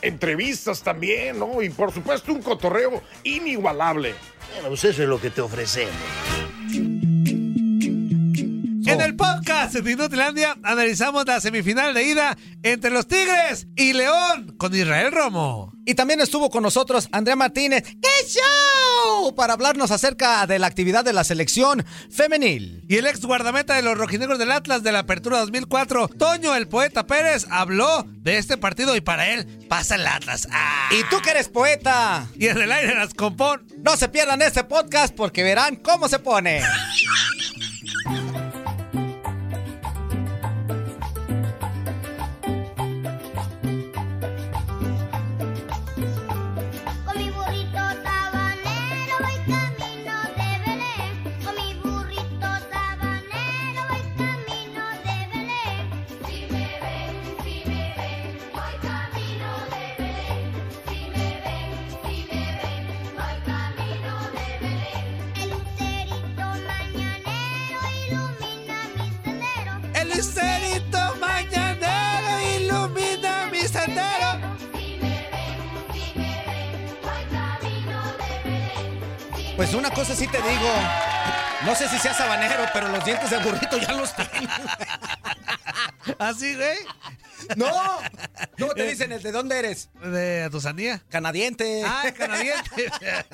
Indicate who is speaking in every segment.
Speaker 1: Entrevistas también, ¿no? Y por supuesto un cotorreo inigualable.
Speaker 2: Bueno, pues eso es lo que te ofrecemos.
Speaker 3: En el podcast de Inutilandia analizamos la semifinal de ida entre los Tigres y León con Israel Romo.
Speaker 4: Y también estuvo con nosotros Andrea Martínez. ¡Qué show! Para hablarnos acerca de la actividad de la selección femenil.
Speaker 3: Y el ex guardameta de los rojinegros del Atlas de la Apertura 2004, Toño el Poeta Pérez, habló de este partido y para él pasa el Atlas. ¡Ah!
Speaker 4: Y tú que eres poeta.
Speaker 3: Y en el aire las compón.
Speaker 4: No se pierdan este podcast porque verán cómo se pone.
Speaker 5: Con mi burrito sabanero voy camino de Belén. Con mi burrito sabanero voy camino de Belén. Si me ven, si me ven, voy camino de Belén. Si me ven, si me ven, voy camino de Belén. El lucerito mañanero ilumina mi sendero.
Speaker 3: El lucerito mañanero ilumina mi sendero.
Speaker 5: Si me ven, si me ven, voy camino de Belén.
Speaker 4: Pues una cosa sí te digo. No sé si sea sabanero, pero los dientes de burrito ya los tengo.
Speaker 3: Así, güey.
Speaker 4: No, no te dicen el de dónde eres.
Speaker 3: De Atusanía.
Speaker 4: Canadiente.
Speaker 3: Ah, canadiense.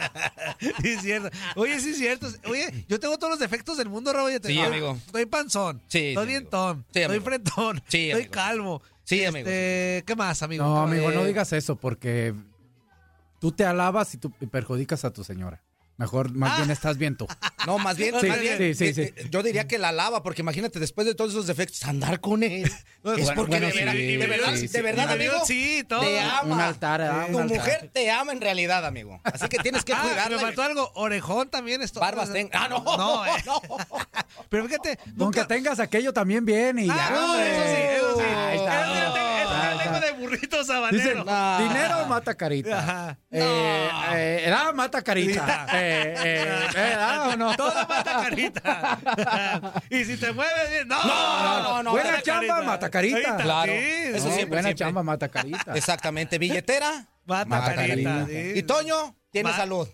Speaker 3: sí, es cierto. Oye, sí, es cierto. Oye, yo tengo todos los defectos del mundo, Raúl. Yo tengo-
Speaker 6: Sí, amigo.
Speaker 3: Estoy panzón.
Speaker 6: Sí, sí,
Speaker 3: Estoy
Speaker 6: amigo.
Speaker 3: dientón.
Speaker 6: Sí,
Speaker 3: estoy
Speaker 6: amigo.
Speaker 3: frentón.
Speaker 6: Sí,
Speaker 3: estoy
Speaker 6: amigo.
Speaker 3: calvo.
Speaker 6: Sí, amigo,
Speaker 3: Este, ¿Qué más, amigo?
Speaker 7: No, amigo, no
Speaker 3: Eh,
Speaker 7: digas eso porque tú te alabas y tú perjudicas a tu señora. Mejor, más
Speaker 4: Ah.
Speaker 7: bien estás bien tú.
Speaker 4: No, más bien,
Speaker 7: Sí,
Speaker 4: más bien,
Speaker 7: sí, sí,
Speaker 4: eh,
Speaker 7: sí.
Speaker 4: eh, yo diría que la lava, porque imagínate, después de todos esos defectos, andar con él. Es
Speaker 7: Bueno,
Speaker 4: porque
Speaker 7: bueno,
Speaker 4: de, verdad,
Speaker 7: sí,
Speaker 4: de verdad,
Speaker 7: sí,
Speaker 4: de
Speaker 7: sí.
Speaker 4: verdad,
Speaker 3: Adiós,
Speaker 4: amigo,
Speaker 3: Sí, todo.
Speaker 4: te ama.
Speaker 7: Un altar, ah, un
Speaker 4: tu
Speaker 7: altar.
Speaker 4: mujer te ama en realidad, amigo. Así que tienes que
Speaker 3: Ah,
Speaker 4: cuidarla.
Speaker 3: me faltó algo. Orejón también. Esto,
Speaker 4: Barbas ten- Ah, no.
Speaker 3: No, eh.
Speaker 4: no.
Speaker 3: Pero fíjate,
Speaker 7: Con que
Speaker 3: nunca...
Speaker 7: tengas aquello también bien y ya.
Speaker 3: Ah,
Speaker 7: hombre.
Speaker 3: eso sí, eso sí.
Speaker 7: Ahí está.
Speaker 3: Eso yo tengo- eso yo
Speaker 7: Ahí
Speaker 3: tengo
Speaker 7: está.
Speaker 3: de burrito
Speaker 7: Dicen,
Speaker 4: "Eh,
Speaker 3: sabanero.
Speaker 4: Ah.
Speaker 7: dinero mata carita.
Speaker 3: Ajá.
Speaker 7: Eh, eh, ah, mata carita. Eh, eh, eh, ah, o no?
Speaker 3: Todo mata carita. y si te mueves bien, no.
Speaker 4: no, no, no.
Speaker 7: Buena
Speaker 4: mata
Speaker 7: chamba, mata carita.
Speaker 4: Claro.
Speaker 3: sí.
Speaker 4: Eso
Speaker 7: No,
Speaker 4: siempre,
Speaker 7: buena
Speaker 4: siempre.
Speaker 7: chamba, mata carita.
Speaker 4: Exactamente. Billetera.
Speaker 3: Mata,
Speaker 7: Mata
Speaker 3: carita.
Speaker 7: carita.
Speaker 3: sí. Ah,
Speaker 4: Y Toño, tiene
Speaker 3: Ma-
Speaker 4: salud.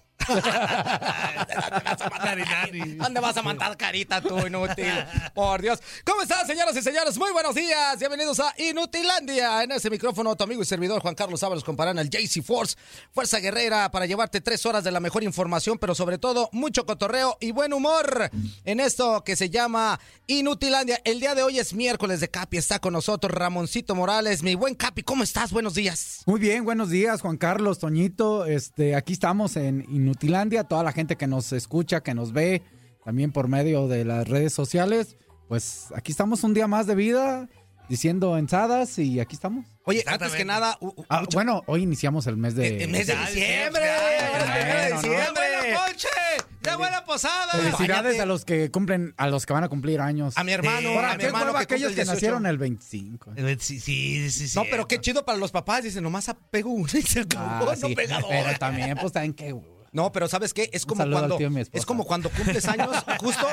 Speaker 3: Marinari.
Speaker 4: ¿Dónde vas a matar carita tú, inútil? Por Dios. ¿Cómo están, señoras y señores? Muy buenos días. Bienvenidos a Inutilandia. En ese micrófono, tu amigo y servidor Juan Carlos Ábalos comparan al JC Force, Fuerza Guerrera, para llevarte tres horas de la mejor información, pero sobre todo mucho cotorreo y buen humor en esto que se llama Inutilandia. El día de hoy es miércoles de Capi. Está con nosotros Ramoncito Morales. Mi buen Capi, ¿cómo estás? Buenos días.
Speaker 7: Muy bien, buenos días, Juan Carlos, Toñito. Este, aquí estamos en Inutilandia. Toda la gente que nos escucha, que nos ve, también por medio de las redes sociales, pues aquí estamos un día más de vida, diciendo ensadas y aquí estamos.
Speaker 4: Oye, antes que
Speaker 3: Exactamente.
Speaker 4: nada, u- u-
Speaker 7: Ah,
Speaker 4: mucho- Eh,
Speaker 7: bueno, hoy iniciamos el mes de.
Speaker 4: el mes de
Speaker 3: Ya,
Speaker 4: diciembre.
Speaker 3: ya,
Speaker 4: ahora es primero de
Speaker 7: bueno, ¿no?
Speaker 3: ¡Ya
Speaker 4: diciembre.
Speaker 3: buena coche! ¡Ya buena posada!
Speaker 7: Felicidades
Speaker 4: Báñate.
Speaker 7: a los que cumplen, a los que van a cumplir años.
Speaker 4: A mi hermano,
Speaker 7: Ahora,
Speaker 4: a mi
Speaker 7: qué
Speaker 4: hermano
Speaker 7: hueva
Speaker 4: que
Speaker 7: aquellos
Speaker 4: cumple
Speaker 7: que
Speaker 4: el 18.
Speaker 7: nacieron el 25.
Speaker 3: Sí, sí, sí.
Speaker 4: No, pero qué chido para los papás. Dicen, nomás apego uno y se acabó.
Speaker 7: Ah,
Speaker 4: no
Speaker 7: sí,
Speaker 4: pega dos.
Speaker 7: Pero también, pues, ¿saben qué? hueva?
Speaker 4: No, pero ¿sabes qué? Es
Speaker 7: Un
Speaker 4: como
Speaker 7: saludo al
Speaker 4: cuando
Speaker 7: tío de mi esposa.
Speaker 4: es como cuando cumples años, justo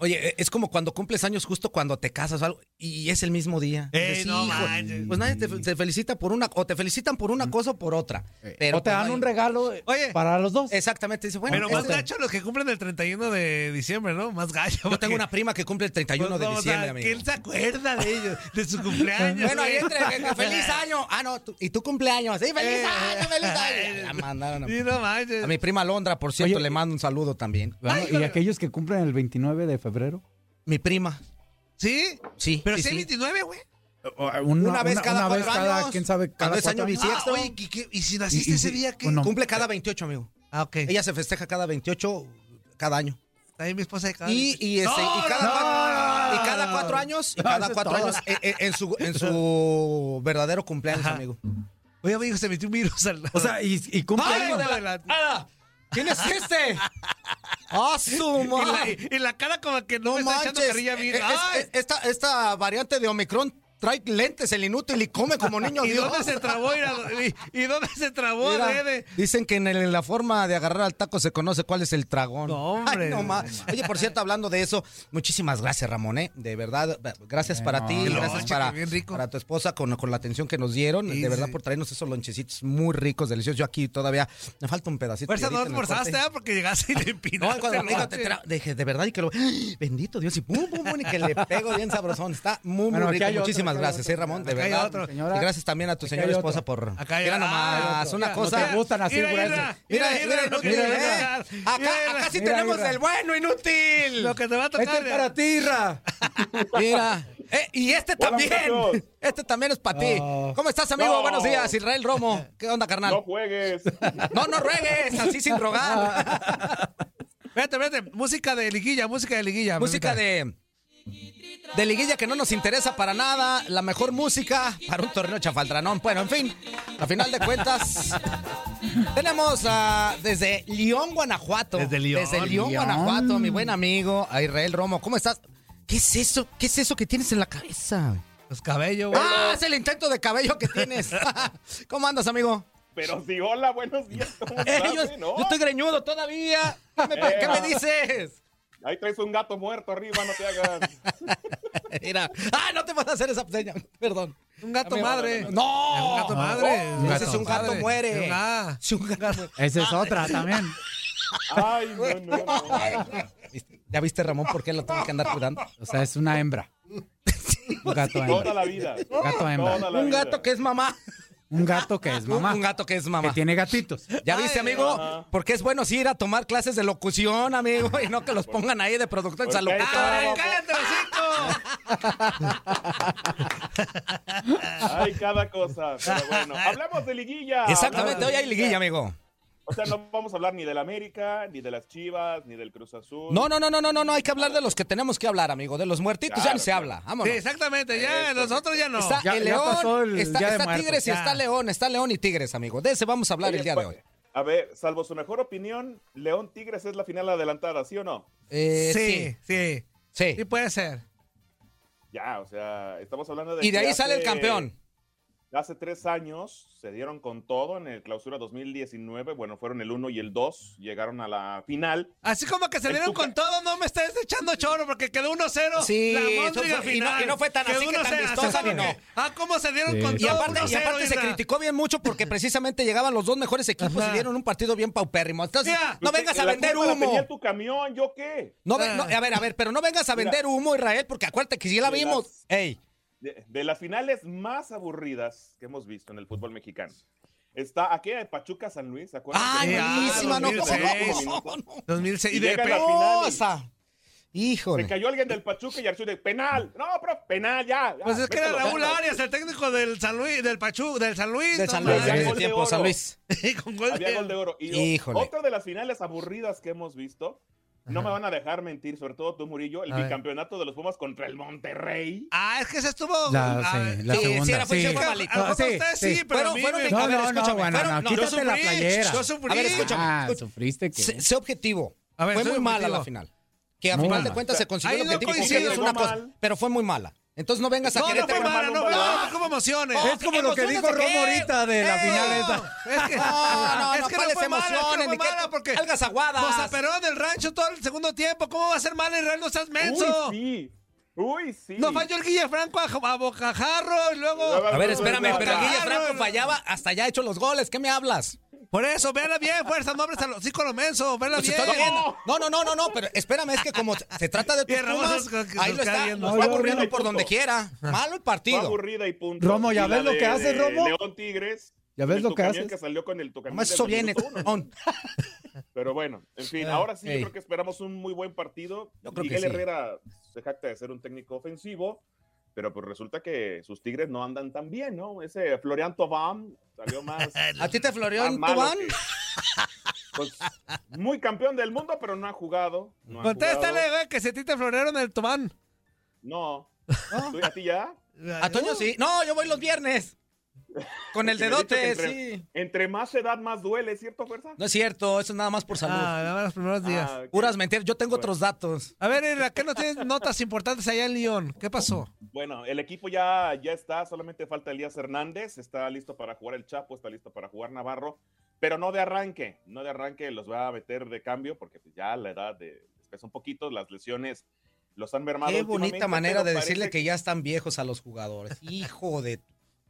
Speaker 4: Oye, eh, es como cuando cumples años justo cuando te casas o algo y es el mismo día.
Speaker 8: Eh,
Speaker 4: Dices,
Speaker 8: no
Speaker 4: "Hijo".
Speaker 8: manches.
Speaker 4: pues nadie te, te felicita por una o te felicitan por una cosa o por otra. Pero
Speaker 7: o te
Speaker 4: pues,
Speaker 7: dan
Speaker 4: no
Speaker 7: un
Speaker 4: hay-
Speaker 7: regalo eh,
Speaker 8: Oye.
Speaker 7: para los dos.
Speaker 4: Exactamente, dice, bueno,
Speaker 8: Pero más
Speaker 4: este-
Speaker 8: gacho los que cumplen el 31 de diciembre, ¿no? Más gacho.
Speaker 4: yo tengo una prima que cumple el 31
Speaker 8: Pues
Speaker 3: Pues,
Speaker 4: de diciembre, amigo.
Speaker 8: ¿Quién se acuerda de ellos? De su cumpleaños.
Speaker 4: Bueno, ahí
Speaker 8: güey.
Speaker 4: entra, que- que feliz año. Ah, no, tú- y tu cumpleaños. Sí, feliz
Speaker 8: Eh.
Speaker 4: año, feliz año. La mandaron a-
Speaker 8: Sí, no manches.
Speaker 4: A mi prima Londra, por cierto,
Speaker 7: Oye.
Speaker 4: le mando un saludo también.
Speaker 7: Claro,
Speaker 8: Ay,
Speaker 7: y
Speaker 8: joder.
Speaker 7: aquellos que cumplen el 29 de febrero.
Speaker 4: Mi prima,
Speaker 8: ¿Sí?
Speaker 4: sí.
Speaker 8: Pero
Speaker 4: sí,
Speaker 8: si hay
Speaker 4: sí.
Speaker 8: 29, güey.
Speaker 7: Una,
Speaker 4: Una vez cada
Speaker 7: una vez
Speaker 4: cuatro
Speaker 7: cada,
Speaker 4: años.
Speaker 7: quién sabe,
Speaker 4: Cada
Speaker 7: cada
Speaker 4: vez año
Speaker 7: cuatro años.
Speaker 4: bisiesto. ¿Cierto?
Speaker 8: Ah, oye, ¿qué- qué- ¿y si naciste
Speaker 7: Y- y-
Speaker 8: ese día qué?
Speaker 7: bueno, no.
Speaker 4: Cumple cada 28, amigo.
Speaker 8: Ah, ok.
Speaker 4: Ella se festeja cada 28, cada año.
Speaker 8: Ahí mi esposa de cada
Speaker 4: Y, y, este,
Speaker 8: No,
Speaker 4: y cada,
Speaker 8: no,
Speaker 4: cuatro,
Speaker 8: no, no,
Speaker 4: y cada
Speaker 8: no,
Speaker 4: cuatro
Speaker 8: no.
Speaker 4: años, y cada
Speaker 7: eso es
Speaker 4: cuatro
Speaker 7: todo.
Speaker 4: años eh, eh, en, su, en su verdadero cumpleaños,
Speaker 8: Ajá.
Speaker 4: amigo.
Speaker 8: Oye, amigo, se metió un virus al
Speaker 7: O sea, y, y cumplen.
Speaker 8: Ay, hijo de la-
Speaker 4: ¿Quién es este? ¡Ah, su
Speaker 8: y,
Speaker 4: madre!
Speaker 8: la, y la cara como que no, me está echando
Speaker 4: manches,
Speaker 8: carrilla bien.
Speaker 4: eh, es-
Speaker 8: Ay,
Speaker 4: eh, esta, esta variante de Omicron trae lentes, el inútil, y come como niño
Speaker 8: ¿Y
Speaker 4: Dios.
Speaker 8: dónde se trabó? Mira, ¿Y, y dónde se trabó,
Speaker 4: Mira,
Speaker 8: Adrede?
Speaker 4: dicen que en, el- en la forma de agarrar al taco se conoce cuál es el tragón.
Speaker 8: No, hombre.
Speaker 4: Ay, no más. Oye, por cierto, hablando de eso, muchísimas gracias, Ramón, ¿eh? De verdad, gracias para ti,
Speaker 8: Qué
Speaker 4: gracias
Speaker 8: lonche,
Speaker 4: para,
Speaker 8: qué bien rico.
Speaker 4: para tu esposa con, con la atención que nos dieron.
Speaker 8: Sí,
Speaker 4: de verdad,
Speaker 8: sí.
Speaker 4: por traernos esos lonchecitos muy ricos, deliciosos. Yo aquí todavía me falta un pedacito.
Speaker 8: Fuerza
Speaker 4: y ahorita
Speaker 8: no
Speaker 4: en
Speaker 8: te
Speaker 4: el
Speaker 8: forzaste,
Speaker 4: corte-
Speaker 8: ¿ah? Porque llegaste y le
Speaker 4: No,
Speaker 8: empinaste.
Speaker 4: y cuando
Speaker 8: el
Speaker 4: me dijo,
Speaker 8: lonche.
Speaker 4: te tra- dije, de verdad, y que lo. Bendito Dios, y pum, pum, pum, y que le pego bien sabrosón. Está muy, muy
Speaker 7: Bueno, aquí
Speaker 4: rico.
Speaker 7: hay otro,
Speaker 4: Muchísimas
Speaker 7: aquí hay
Speaker 4: gracias,
Speaker 7: otro.
Speaker 4: ¿eh, Ramón? De
Speaker 8: Acá hay
Speaker 4: verdad.
Speaker 8: otro.
Speaker 7: Señora.
Speaker 4: y gracias también a tu
Speaker 7: Acá hay
Speaker 4: señora
Speaker 7: otro.
Speaker 4: esposa por.
Speaker 8: Acá hay-
Speaker 4: Mira
Speaker 8: Ah, hay
Speaker 4: nomás,
Speaker 8: otro.
Speaker 4: una
Speaker 8: Mira,
Speaker 4: cosa.
Speaker 7: no te gustan así,
Speaker 8: Mira,
Speaker 7: por eso.
Speaker 8: mira,
Speaker 4: Mira,
Speaker 8: mira,
Speaker 4: mira, inútil,
Speaker 8: mira,
Speaker 4: ¿eh?
Speaker 8: mira.
Speaker 4: Acá,
Speaker 8: Mira,
Speaker 4: acá sí
Speaker 7: mira,
Speaker 4: tenemos
Speaker 7: mira.
Speaker 4: el bueno, inútil.
Speaker 8: Lo que te va a
Speaker 7: Este
Speaker 8: tocar.
Speaker 7: es para ti, Ra.
Speaker 4: Mira. Eh, y este también.
Speaker 1: muchachos.
Speaker 4: Este también es para ti.
Speaker 7: Oh.
Speaker 4: ¿Cómo estás, amigo?
Speaker 1: No.
Speaker 4: Buenos días, Israel Romo. ¿Qué onda,
Speaker 1: No
Speaker 4: carnal?
Speaker 1: juegues.
Speaker 4: No, no ruegues, así sin rogar.
Speaker 8: Espérate, espérate. Música de liguilla, música de liguilla.
Speaker 4: Música
Speaker 8: mamita.
Speaker 4: de. De liguilla que no nos interesa para nada, la mejor música para un torneo chafaldranón. Bueno, en fin, a final de cuentas, tenemos ah, desde León, Guanajuato.
Speaker 8: Desde León.
Speaker 4: Desde León,
Speaker 7: León.
Speaker 4: Guanajuato, mi buen amigo a Israel Romo. ¿Cómo estás? ¿Qué es eso? ¿Qué es eso que tienes en la cabeza?
Speaker 8: Los cabellos, güey.
Speaker 4: ¡Ah! Es el intento de cabello que tienes. ¿Cómo andas, amigo?
Speaker 1: Pero sí, hola, buenos días. ¿Cómo
Speaker 4: Eh,
Speaker 1: estás?
Speaker 4: yo,
Speaker 1: eh? No,
Speaker 4: yo estoy greñudo todavía. ¿Qué me, qué me dices?
Speaker 1: Ahí traes un gato muerto arriba, no te hagas.
Speaker 4: Mira. ¡Ah! No te vas a hacer esa seña. Perdón.
Speaker 8: Un gato
Speaker 4: Amigo,
Speaker 8: madre.
Speaker 4: ¡No!
Speaker 8: Es un gato madre.
Speaker 4: No, ese es un gato
Speaker 8: madre.
Speaker 4: muere.
Speaker 8: Ah.
Speaker 4: Si un gato muere.
Speaker 7: Esa es otra también.
Speaker 1: Ay, no, no, no.
Speaker 4: ¿Viste? ¿Ya viste, Ramón, por qué lo tengo que andar cuidando?
Speaker 7: O sea, es una hembra. Un gato
Speaker 1: Toda
Speaker 7: hembra.
Speaker 1: la vida.
Speaker 7: Gato hembra.
Speaker 1: Toda la
Speaker 4: Un
Speaker 1: vida.
Speaker 4: gato que es mamá.
Speaker 7: Un gato que es mamá.
Speaker 4: Un, un gato que es mamá.
Speaker 7: Que tiene gatitos.
Speaker 4: ¿Ya
Speaker 8: Ay,
Speaker 4: viste, amigo? Porque es bueno sí ir a tomar clases de locución, amigo, y no que los pongan ahí de productor
Speaker 1: Porque
Speaker 4: en salud.
Speaker 1: ahí está.
Speaker 8: ¡Ay, cállate, hocico!
Speaker 1: Ay, cada cosa. Pero bueno, hablamos de liguilla.
Speaker 4: Exactamente,
Speaker 1: hablamos
Speaker 4: hoy
Speaker 1: de
Speaker 4: hay liguilla, amigo.
Speaker 1: O sea, no vamos a hablar ni del América, ni de las Chivas, ni del Cruz Azul.
Speaker 4: No, no, no, no, no, no, no, hay que hablar de los que tenemos que hablar, amigo. De los muertitos ya
Speaker 1: Claro,
Speaker 4: no se
Speaker 1: claro.
Speaker 4: habla.
Speaker 8: Sí,
Speaker 4: Vámonos.
Speaker 8: exactamente. Ya,
Speaker 1: Eso.
Speaker 8: nosotros ya no.
Speaker 4: Está
Speaker 7: Ya-
Speaker 4: el
Speaker 7: ya
Speaker 4: León,
Speaker 7: pasó el
Speaker 4: está,
Speaker 7: Día de
Speaker 4: está
Speaker 7: Muertos,
Speaker 4: Tigres y
Speaker 7: ya.
Speaker 4: está León, está León y Tigres, amigo. De ese vamos a hablar el día de hoy.
Speaker 1: A ver, salvo su mejor opinión, León Tigres es la final adelantada, ¿sí o no?
Speaker 4: Eh,
Speaker 8: sí, sí.
Speaker 4: sí,
Speaker 8: Sí, puede ser.
Speaker 1: Ya, o sea, estamos hablando de.
Speaker 4: Y de
Speaker 1: que
Speaker 4: ahí sale el
Speaker 1: hace-
Speaker 4: campeón.
Speaker 1: Hace tres años se dieron con todo en el clausura 2019. Bueno, fueron el 1 y el 2, llegaron a la final.
Speaker 8: Así como que se
Speaker 1: El
Speaker 8: dieron
Speaker 1: Tuca-
Speaker 8: con todo, no me estés echando choro porque quedó 1-0.
Speaker 4: Sí,
Speaker 8: la
Speaker 4: eso
Speaker 8: Móndriga
Speaker 4: fue- y no-
Speaker 8: final.
Speaker 4: y no fue tan
Speaker 8: Quedó
Speaker 4: así que tan
Speaker 8: 1-0, así
Speaker 4: vistosa
Speaker 8: como
Speaker 4: ni
Speaker 8: que,
Speaker 4: no.
Speaker 8: Ah, cómo se dieron
Speaker 7: Sí.
Speaker 8: con
Speaker 7: Y
Speaker 8: todo.
Speaker 4: Y aparte,
Speaker 1: pues,
Speaker 8: 1-0,
Speaker 4: y aparte se
Speaker 8: Isra.
Speaker 4: criticó bien mucho porque precisamente llegaban los dos mejores equipos
Speaker 8: Ajá.
Speaker 4: y dieron un partido bien paupérrimo. Entonces,
Speaker 8: Mira,
Speaker 4: no
Speaker 1: Pues,
Speaker 4: vengas
Speaker 1: que
Speaker 4: a
Speaker 1: la
Speaker 4: vender
Speaker 1: culpa la tenía
Speaker 4: humo.
Speaker 1: tu camión, ¿yo qué?
Speaker 4: No ve-
Speaker 8: Ah.
Speaker 4: no, a ver, a ver, pero no vengas a
Speaker 1: Mira.
Speaker 4: vender humo, Israel, porque acuérdate que sí la
Speaker 1: Mira.
Speaker 4: vimos. Ey,
Speaker 1: De, de las finales más aburridas que hemos visto en el fútbol mexicano. Está aquella de Pachuca San Luis, ¿se acuerdan?
Speaker 4: ay,
Speaker 8: Sí,
Speaker 1: Que-
Speaker 8: ah,
Speaker 4: buenísima, no,
Speaker 8: 2006.
Speaker 4: no, no,
Speaker 8: 2006. Y
Speaker 1: Y
Speaker 8: de
Speaker 1: llega la
Speaker 8: pe-
Speaker 4: no,
Speaker 1: final y-
Speaker 4: esa.
Speaker 1: Se
Speaker 4: Híjole.
Speaker 1: cayó alguien del Pachuca y Arzu de penal. No, pero penal ya. ya,
Speaker 8: Pues es que era
Speaker 1: mételo,
Speaker 8: Raúl
Speaker 1: mételo.
Speaker 8: Arias, el técnico del San Luis, del Pachu, del San Luis.
Speaker 4: De
Speaker 8: no
Speaker 4: San Luis,
Speaker 8: mames.
Speaker 1: Había
Speaker 4: en ese
Speaker 1: gol de
Speaker 4: tiempo,
Speaker 1: oro.
Speaker 4: San Luis.
Speaker 8: con gol
Speaker 1: Había
Speaker 8: de-
Speaker 1: gol de oro. Y o-
Speaker 4: Híjole.
Speaker 1: otra de las finales aburridas que hemos visto, no me van a dejar mentir, sobre todo tú, Murillo, el
Speaker 8: A ver.
Speaker 1: bicampeonato de los Pumas contra el Monterrey.
Speaker 8: Ah, es que se estuvo.
Speaker 7: La,
Speaker 8: ah,
Speaker 7: sí, la
Speaker 4: sí, Ah, sí,
Speaker 7: segunda.
Speaker 4: era
Speaker 8: sí.
Speaker 4: función
Speaker 8: A lo
Speaker 4: malito.
Speaker 8: mejor
Speaker 7: Sí,
Speaker 8: para ustedes sí,
Speaker 7: sí.
Speaker 8: pero a
Speaker 4: Fueron-
Speaker 8: mí
Speaker 4: fueron
Speaker 8: me-
Speaker 4: A
Speaker 7: No,
Speaker 4: ver,
Speaker 7: no, no,
Speaker 4: escúchame,
Speaker 7: bueno,
Speaker 4: fueron-
Speaker 7: no,
Speaker 4: no,
Speaker 8: yo
Speaker 7: quítate la
Speaker 8: sufrí,
Speaker 7: playera.
Speaker 8: yo sufrí.
Speaker 4: A ver, escúchame.
Speaker 7: Ah,
Speaker 4: escúchame.
Speaker 7: sufriste que.
Speaker 4: Sé, sé objetivo.
Speaker 8: A ver,
Speaker 4: fue
Speaker 8: soy
Speaker 4: muy mala
Speaker 8: objetivo.
Speaker 4: la final. Que a
Speaker 7: Muy
Speaker 4: final de
Speaker 7: mala.
Speaker 4: cuentas se consiguió
Speaker 8: Ahí
Speaker 4: el
Speaker 8: no
Speaker 4: objetivo, que
Speaker 8: coincido,
Speaker 4: es
Speaker 1: no
Speaker 4: una
Speaker 1: mal.
Speaker 4: cosa, pero fue muy mala. Entonces no vengas a
Speaker 8: No, no
Speaker 4: Querétaro.
Speaker 8: fue mala, no fue
Speaker 4: Ah.
Speaker 8: mala, ¿cómo emociones?
Speaker 7: Es como lo que
Speaker 4: emociones
Speaker 7: dijo
Speaker 4: de qué?
Speaker 7: Romo ahorita de la
Speaker 8: Eh,
Speaker 7: final
Speaker 8: no.
Speaker 7: esa.
Speaker 8: Es que,
Speaker 4: No, no,
Speaker 8: es
Speaker 4: no,
Speaker 8: que no
Speaker 4: ¿cuáles
Speaker 8: fue mala, es que no
Speaker 4: emociones?
Speaker 8: fue
Speaker 4: Ni qué
Speaker 8: mala porque
Speaker 4: algas aguadas.
Speaker 8: Nos aperó del rancho todo el segundo tiempo. ¿Cómo va a ser mala Israel? No seas menso.
Speaker 1: Uy, sí. Uy, sí.
Speaker 8: Nos falló el Guillefranco a, a Bocajarro y luego.
Speaker 1: Luego-
Speaker 4: A ver, espérame, pero
Speaker 8: Claro,
Speaker 4: aquí ya Franco
Speaker 8: no.
Speaker 4: fallaba hasta ya ha hecho los goles. ¿Qué me hablas?
Speaker 8: Por eso, véala bien, fuerza, no abres a los hijos lo menso, véala
Speaker 4: Pues
Speaker 8: bien.
Speaker 4: estoy viendo. No, no, no, no, no, pero espérame, es que como se trata de tus
Speaker 8: Y Ramón nos-
Speaker 4: Pumas,
Speaker 8: nos
Speaker 4: ahí lo
Speaker 8: cae
Speaker 4: está,
Speaker 8: bien.
Speaker 4: nos
Speaker 7: No,
Speaker 4: va
Speaker 7: yo-
Speaker 4: corriendo
Speaker 1: yo-
Speaker 4: por donde quiera.
Speaker 8: Ah.
Speaker 4: Malo el
Speaker 1: Fue
Speaker 4: partido.
Speaker 1: aburrida y punto.
Speaker 7: Romo, ¿ya
Speaker 1: Y la
Speaker 7: ves lo
Speaker 1: de-
Speaker 7: que haces,
Speaker 1: de
Speaker 7: Romo?
Speaker 1: León Tigres.
Speaker 7: ¿Ya ves
Speaker 1: el
Speaker 7: lo que
Speaker 1: Tucamián
Speaker 7: haces?
Speaker 1: que salió con el Tucamián
Speaker 4: Nomás
Speaker 1: del
Speaker 4: eso viene.
Speaker 1: minuto uno.
Speaker 4: Ramón.
Speaker 1: Pero bueno, en fin,
Speaker 4: Ah,
Speaker 1: ahora sí yo
Speaker 4: ey.
Speaker 1: creo que esperamos un muy buen partido.
Speaker 4: Yo creo que
Speaker 1: Miguel
Speaker 4: sí.
Speaker 1: Herrera se jacta de ser un técnico ofensivo, pero pues resulta que sus Tigres no andan tan bien, ¿no? Ese Florian Tobán salió más,
Speaker 4: ¿A ti te floreó
Speaker 1: más
Speaker 4: en
Speaker 1: malo
Speaker 4: Tubán?
Speaker 1: que- pues, muy campeón del mundo, pero no ha jugado. No ha
Speaker 8: Contéstale,
Speaker 1: jugado.
Speaker 8: güey, que se te florearon en el Tobán.
Speaker 1: No. ¿Tú- ¿A ti ya?
Speaker 4: A Toño sí. No, yo voy los viernes. Con el
Speaker 1: Porque me han dicho que
Speaker 4: dedote,
Speaker 1: entre-
Speaker 4: sí.
Speaker 1: Entre más edad, más duele, ¿cierto, Fuerza?
Speaker 4: No es cierto, eso es nada más por salud.
Speaker 8: Ah, nada más los primeros días.
Speaker 1: Ah, ok.
Speaker 4: Puras mentiras, yo tengo otros datos.
Speaker 8: A ver, Ira, ¿qué no tienes notas importantes allá en Lyon? ¿Qué pasó?
Speaker 1: Bueno, el equipo ya, ya está, solamente falta Elías Hernández, está listo para jugar el Chapo, está listo para jugar Navarro, pero no de arranque, no de arranque los va a meter de cambio porque pues, ya la edad de, les pesa un poquito, las lesiones los han mermado.
Speaker 4: Qué bonita
Speaker 1: últimamente,
Speaker 4: manera
Speaker 1: pero
Speaker 4: de
Speaker 1: parece
Speaker 4: decirle que ya están viejos a los jugadores. Hijo de...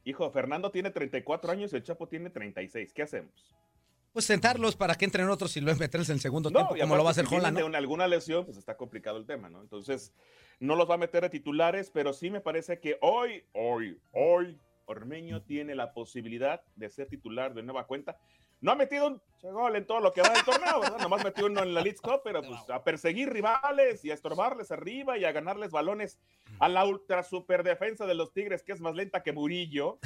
Speaker 1: Hijo, Fernando tiene 34 años y el Chapo tiene 36, ¿qué hacemos?
Speaker 4: Pues sentarlos para que entren otros y luego meterles en el segundo tiempo,
Speaker 1: y
Speaker 4: como lo va a
Speaker 1: aparte,
Speaker 4: hacer
Speaker 1: si vienen
Speaker 4: Holland, ¿no?
Speaker 1: de una- alguna lesión, pues está complicado el tema, ¿no? Entonces, no los va a meter de titulares, pero sí me parece que hoy, hoy, hoy,
Speaker 4: Mm.
Speaker 1: Ormeño tiene la posibilidad de ser titular de nueva cuenta. No ha metido un gol en todo lo que va del torneo, ¿verdad? Nomás metió uno en la Leeds Cup, pero pues a perseguir rivales y a estorbarles arriba y a ganarles balones a
Speaker 4: Mm.
Speaker 1: la ultra super defensa de los Tigres, que es más lenta que Murillo.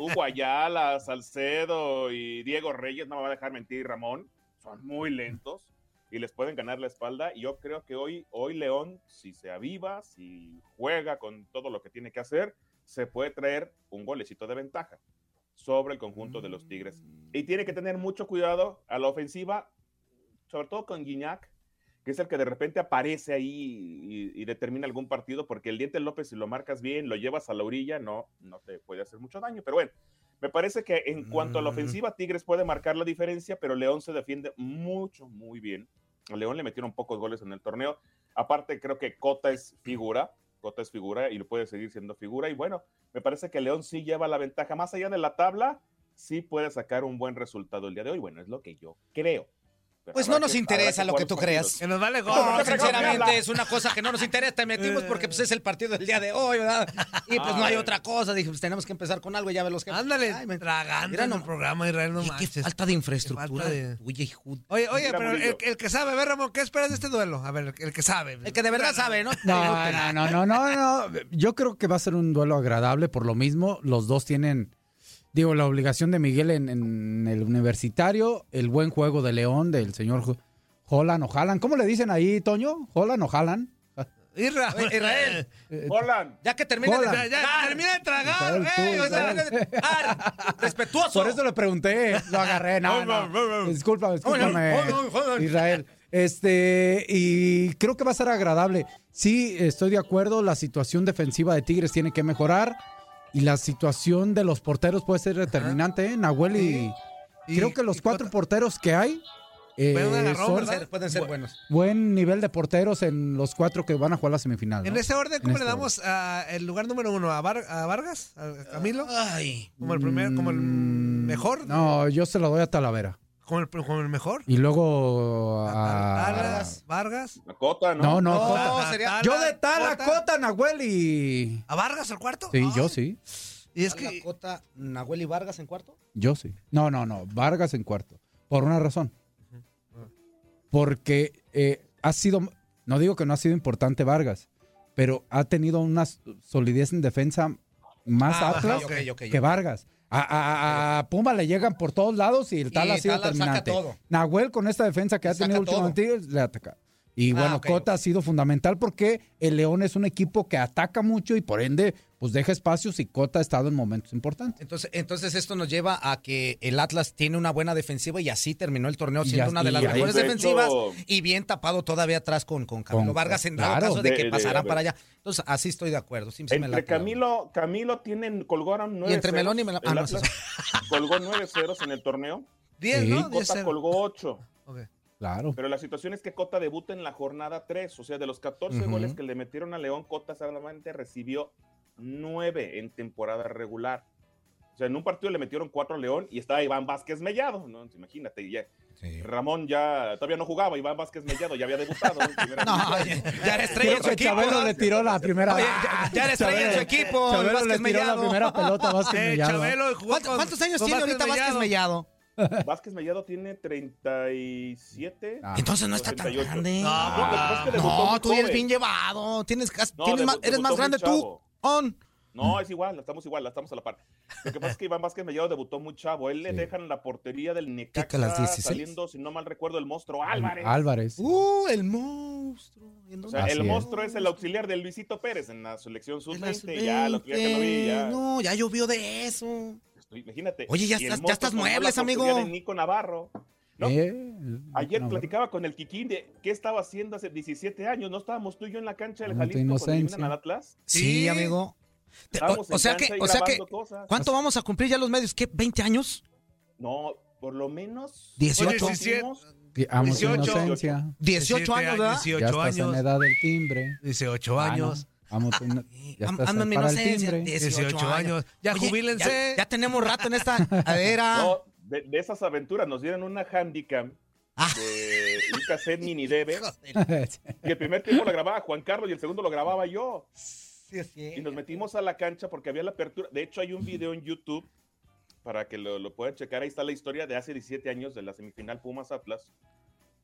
Speaker 1: Hugo Ayala, Salcedo y Diego Reyes, no me va a dejar mentir Ramón, son muy lentos y les pueden ganar la espalda. Y yo creo que hoy, hoy León, si se aviva, si juega con todo lo que tiene que hacer, se puede traer un golecito de ventaja sobre el conjunto de los Tigres. Y tiene que tener mucho cuidado a la ofensiva, sobre todo con Guiñac, que es el que de repente aparece ahí y, y determina algún partido, porque el diente López, si lo marcas bien, lo llevas a la orilla, no, no te puede hacer mucho daño. Pero bueno, me parece que en cuanto a la
Speaker 4: Mm.
Speaker 1: ofensiva, Tigres puede marcar la diferencia, pero León se defiende mucho, muy bien. A León le metieron pocos goles en el torneo. Aparte, creo que Cota es figura. Cota es figura y puede seguir siendo figura. Y bueno, me parece que León sí lleva la ventaja. Más allá de la tabla, sí puede sacar un buen resultado el día de hoy. Bueno, es lo que yo creo. Pero
Speaker 4: Pues
Speaker 1: habrá
Speaker 4: no nos
Speaker 1: que- habrá
Speaker 4: interesa lo
Speaker 1: jugar
Speaker 4: que
Speaker 1: los
Speaker 4: tú
Speaker 1: partidos.
Speaker 4: creas.
Speaker 8: Que nos vale gol.
Speaker 4: No,
Speaker 1: no, no, no.
Speaker 4: sinceramente es una cosa que no nos interesa, te
Speaker 8: Eh.
Speaker 4: metimos porque pues es el partido del día de hoy, ¿verdad? Y pues no hay
Speaker 1: Ah,
Speaker 4: otra cosa, dije, pues tenemos que empezar con algo, y ya ver los jefes.
Speaker 8: Ándale,
Speaker 4: Ay, me-
Speaker 8: tragando en
Speaker 4: Mira
Speaker 8: el
Speaker 4: nomás.
Speaker 8: programa, Israel, no
Speaker 4: Oye, qué
Speaker 8: manches.
Speaker 4: falta de infraestructura
Speaker 8: Qué falta de-
Speaker 4: tuya, hijo.
Speaker 8: Oye, oye,
Speaker 1: Mira,
Speaker 8: pero el,
Speaker 1: Murillo.
Speaker 8: el que sabe, a ver, Ramón, ¿qué esperas de este duelo? A ver, el que sabe.
Speaker 4: El que de verdad sabe, ¿no?
Speaker 7: No, no, no, no, no, no. Yo creo que va a ser un duelo agradable por lo mismo. Los dos tienen, digo, la obligación de Miguel en, en el universitario, el buen juego de León, del señor Jo- Holland o Jalan. ¿Cómo le dicen ahí, Toño? ¿Holland o Jalan?
Speaker 8: Irra.
Speaker 4: Oye, Israel.
Speaker 1: Holland,
Speaker 4: Ya que termina
Speaker 7: Hola.
Speaker 8: Ya,
Speaker 4: de...
Speaker 8: ya, termina de tragar.
Speaker 7: Israel, tú,
Speaker 8: ey, o sea,
Speaker 7: Israel.
Speaker 4: Ah, respetuoso.
Speaker 7: Por eso le pregunté, lo agarré. No, no. Discúlpame, discúlpame. Israel. Este, y creo que va a ser agradable. Sí, estoy de acuerdo, la situación defensiva de Tigres tiene que mejorar y la situación de los porteros puede ser determinante, ¿eh? Nahuel y,
Speaker 8: Sí.
Speaker 7: creo
Speaker 8: Y-
Speaker 7: que los
Speaker 8: y
Speaker 7: cuatro
Speaker 8: Cota.
Speaker 7: porteros que hay eh,
Speaker 8: Fue un agarrón,
Speaker 7: son
Speaker 8: ¿verdad?
Speaker 4: Pueden ser buenos.
Speaker 7: buen nivel de porteros en los cuatro que van a jugar la semifinal. ¿no?
Speaker 8: En ese orden,
Speaker 7: En
Speaker 8: ¿cómo
Speaker 7: este
Speaker 8: le damos
Speaker 4: Ah,
Speaker 8: a el lugar número uno? ¿A, Var- a Vargas? ¿A Camilo?
Speaker 4: Ay.
Speaker 8: ¿Como el primer, como el
Speaker 7: Mm,
Speaker 8: mejor?
Speaker 7: No, yo se lo doy a Talavera
Speaker 8: ¿Como el, como el mejor?
Speaker 7: y luego
Speaker 8: A-
Speaker 4: Ah,
Speaker 7: a,
Speaker 8: a Vargas, Vargas.
Speaker 1: la Cota, ¿no?
Speaker 7: No, no,
Speaker 4: No,
Speaker 7: Cota.
Speaker 8: Cota.
Speaker 4: sería...
Speaker 8: Tal-
Speaker 7: Yo de Tala,
Speaker 8: Cota.
Speaker 7: Cota, Nahuel y.
Speaker 8: ¿A Vargas el cuarto?
Speaker 7: Sí,
Speaker 8: Ay,
Speaker 7: yo sí.
Speaker 8: Y es
Speaker 4: Es que...
Speaker 8: que
Speaker 4: Cota, Nahuel y Vargas en cuarto.
Speaker 7: Yo sí. No, no, no. Vargas en cuarto. Por una razón. Porque eh, ha sido. No digo que no ha sido importante Vargas, pero ha tenido una s- solidez en defensa más
Speaker 8: Ah, ajá,
Speaker 7: Atlas
Speaker 8: ok,
Speaker 4: ok,
Speaker 7: que Vargas. A, a- a- a Puma le llegan por todos lados y el
Speaker 4: Y
Speaker 7: tal ha sido
Speaker 4: Tala saca
Speaker 7: terminante.
Speaker 4: todo.
Speaker 7: Nahuel con esta defensa que ha
Speaker 4: Saca
Speaker 7: tenido
Speaker 4: todo.
Speaker 7: últimamente le ataca. Y
Speaker 4: Ah,
Speaker 7: bueno,
Speaker 4: ok.
Speaker 7: Cota ha sido fundamental porque el León es un equipo que ataca mucho y por ende, pues deja espacios y Cota ha estado en momentos importantes.
Speaker 4: Entonces, entonces esto nos lleva a que el Atlas tiene una buena defensiva y así terminó el torneo
Speaker 7: Y
Speaker 4: siendo
Speaker 7: ya-
Speaker 4: una de
Speaker 7: y
Speaker 4: las
Speaker 7: ya-
Speaker 4: mejores
Speaker 1: De hecho-
Speaker 4: defensivas y bien tapado todavía atrás con, con Camilo
Speaker 7: Con-
Speaker 4: Vargas en dado
Speaker 7: claro.
Speaker 4: caso de que
Speaker 1: De- de-
Speaker 4: pasara
Speaker 1: a ver.
Speaker 4: para allá. Entonces, así estoy de acuerdo. sí, sí Pues me
Speaker 1: Entre
Speaker 4: late la-
Speaker 1: Camilo, Camilo tienen, colgó ahora nueve
Speaker 4: entre
Speaker 1: ceros.
Speaker 4: Melón y Melón- ah,
Speaker 1: El
Speaker 4: no,
Speaker 1: Atlas colgó nueve ceros en el torneo.
Speaker 4: Diez,
Speaker 7: Sí.
Speaker 4: ¿no? Diez
Speaker 1: Cota
Speaker 4: cero.
Speaker 1: colgó ocho.
Speaker 4: Ok.
Speaker 7: Claro.
Speaker 1: Pero la situación es que Cota debuta en la jornada 3, o sea, de los 14
Speaker 4: Ujú.
Speaker 1: goles que le metieron a León, Cota solamente recibió 9 en temporada regular. O sea, en un partido le metieron 4 a León y estaba Iván Vázquez Mellado, ¿no? Imagínate, y ya.
Speaker 4: Sí.
Speaker 1: Ramón ya todavía no jugaba, Iván Vázquez Mellado ya había debutado. en primera
Speaker 4: No,
Speaker 1: división.
Speaker 4: oye, ya era estrella en su
Speaker 7: Que
Speaker 4: equipo.
Speaker 7: Chabelo le tiró la primera.
Speaker 4: Oye, ya, ya era estrella en su
Speaker 7: Chabelo-
Speaker 4: equipo. el
Speaker 7: Chabelo
Speaker 4: Vázquez
Speaker 7: le tiró la
Speaker 4: Mellado.
Speaker 7: primera pelota a Vázquez
Speaker 8: Eh,
Speaker 7: Mellado.
Speaker 8: Chabelo jugó
Speaker 4: ¿Cuántos,
Speaker 8: con-
Speaker 4: cuántos años
Speaker 8: con
Speaker 4: tiene ahorita Pues Vázquez Mellado?
Speaker 1: Vázquez Mellado tiene 37.
Speaker 7: Ah.
Speaker 4: Entonces no está tan
Speaker 1: 88.
Speaker 4: grande.
Speaker 8: No,
Speaker 1: Ah, lo que pasa es que debutó
Speaker 4: No,
Speaker 1: muy
Speaker 4: tú eres
Speaker 1: joven.
Speaker 4: bien llevado. Tienes, has-
Speaker 1: No,
Speaker 4: tienes
Speaker 1: debu-
Speaker 4: más- eres
Speaker 1: debutó
Speaker 4: más
Speaker 1: muy
Speaker 4: grande tú.
Speaker 1: chavo.
Speaker 4: On.
Speaker 1: No, es igual, estamos igual, estamos a la par. Lo que pasa es que Iván Vázquez Mellado debutó muy chavo. Él le dejan la portería del
Speaker 4: que
Speaker 1: Necaxa
Speaker 4: a las 16?
Speaker 1: saliendo, si no mal recuerdo, el monstruo Álvarez.
Speaker 7: Álvarez.
Speaker 4: Uh, el monstruo. ¿En
Speaker 1: O
Speaker 4: dónde
Speaker 1: sea,
Speaker 7: Así
Speaker 1: el
Speaker 7: es.
Speaker 1: monstruo es el auxiliar de Luisito Pérez en la selección
Speaker 4: En las
Speaker 1: sub-20. Ya, lo que ya que lo vi,
Speaker 4: 20,
Speaker 1: ya.
Speaker 4: No, ya llovió de eso.
Speaker 1: estoy- imagínate.
Speaker 4: Oye, ya
Speaker 1: Y el
Speaker 4: estás- ya
Speaker 1: monstruo
Speaker 4: estás
Speaker 1: tomó la
Speaker 4: muebles, amigo.
Speaker 1: portería de Nico Navarro. No,
Speaker 7: Eh,
Speaker 1: Ayer
Speaker 7: no,
Speaker 1: platicaba con el Kikín de qué estaba haciendo hace 17 años. No estábamos tú y yo en la cancha del
Speaker 7: Momento de
Speaker 1: Jalisco cuando eliminan
Speaker 7: inocencia.
Speaker 1: al Atlas.
Speaker 4: Sí,
Speaker 8: Sí.
Speaker 4: amigo. Te- O,
Speaker 1: Estábamos
Speaker 4: o
Speaker 1: en
Speaker 4: sea
Speaker 1: cancha
Speaker 4: que,
Speaker 1: ahí
Speaker 4: o sea que,
Speaker 1: grabando cosas.
Speaker 4: ¿cuánto vamos a cumplir ya los medios? ¿Qué? ¿20 años?
Speaker 1: No, por lo menos.
Speaker 4: 18.
Speaker 8: Oye, sí, sí.
Speaker 1: últimos-
Speaker 7: Amo su
Speaker 8: 18.
Speaker 7: inocencia.
Speaker 4: 18 años, ¿verdad?
Speaker 8: 18
Speaker 7: ya estás en
Speaker 8: años.
Speaker 7: edad del timbre.
Speaker 8: 18 años.
Speaker 7: Ah, no. Amo tu ino-
Speaker 4: Sí,
Speaker 7: ya
Speaker 4: am-
Speaker 7: estás
Speaker 4: ando en mi
Speaker 7: para el
Speaker 4: inocencia,
Speaker 7: timbre.
Speaker 4: 18,
Speaker 8: 18 años. Ya
Speaker 4: Oye,
Speaker 8: jubílense.
Speaker 4: Ya, ya tenemos rato en esta cadera.
Speaker 1: No, de, de esas aventuras nos dieron una handicap
Speaker 4: Ah.
Speaker 1: de un cassette mini debe.
Speaker 4: Joder,
Speaker 1: Y el primer tiempo lo grababa Juan Carlos y el segundo lo grababa yo.
Speaker 4: sí, sí.
Speaker 1: Y nos metimos a la cancha porque había la apertura. De hecho, hay un video en YouTube para que lo, lo puedan checar. Ahí está la historia de hace 17 años de la semifinal Pumas Atlas.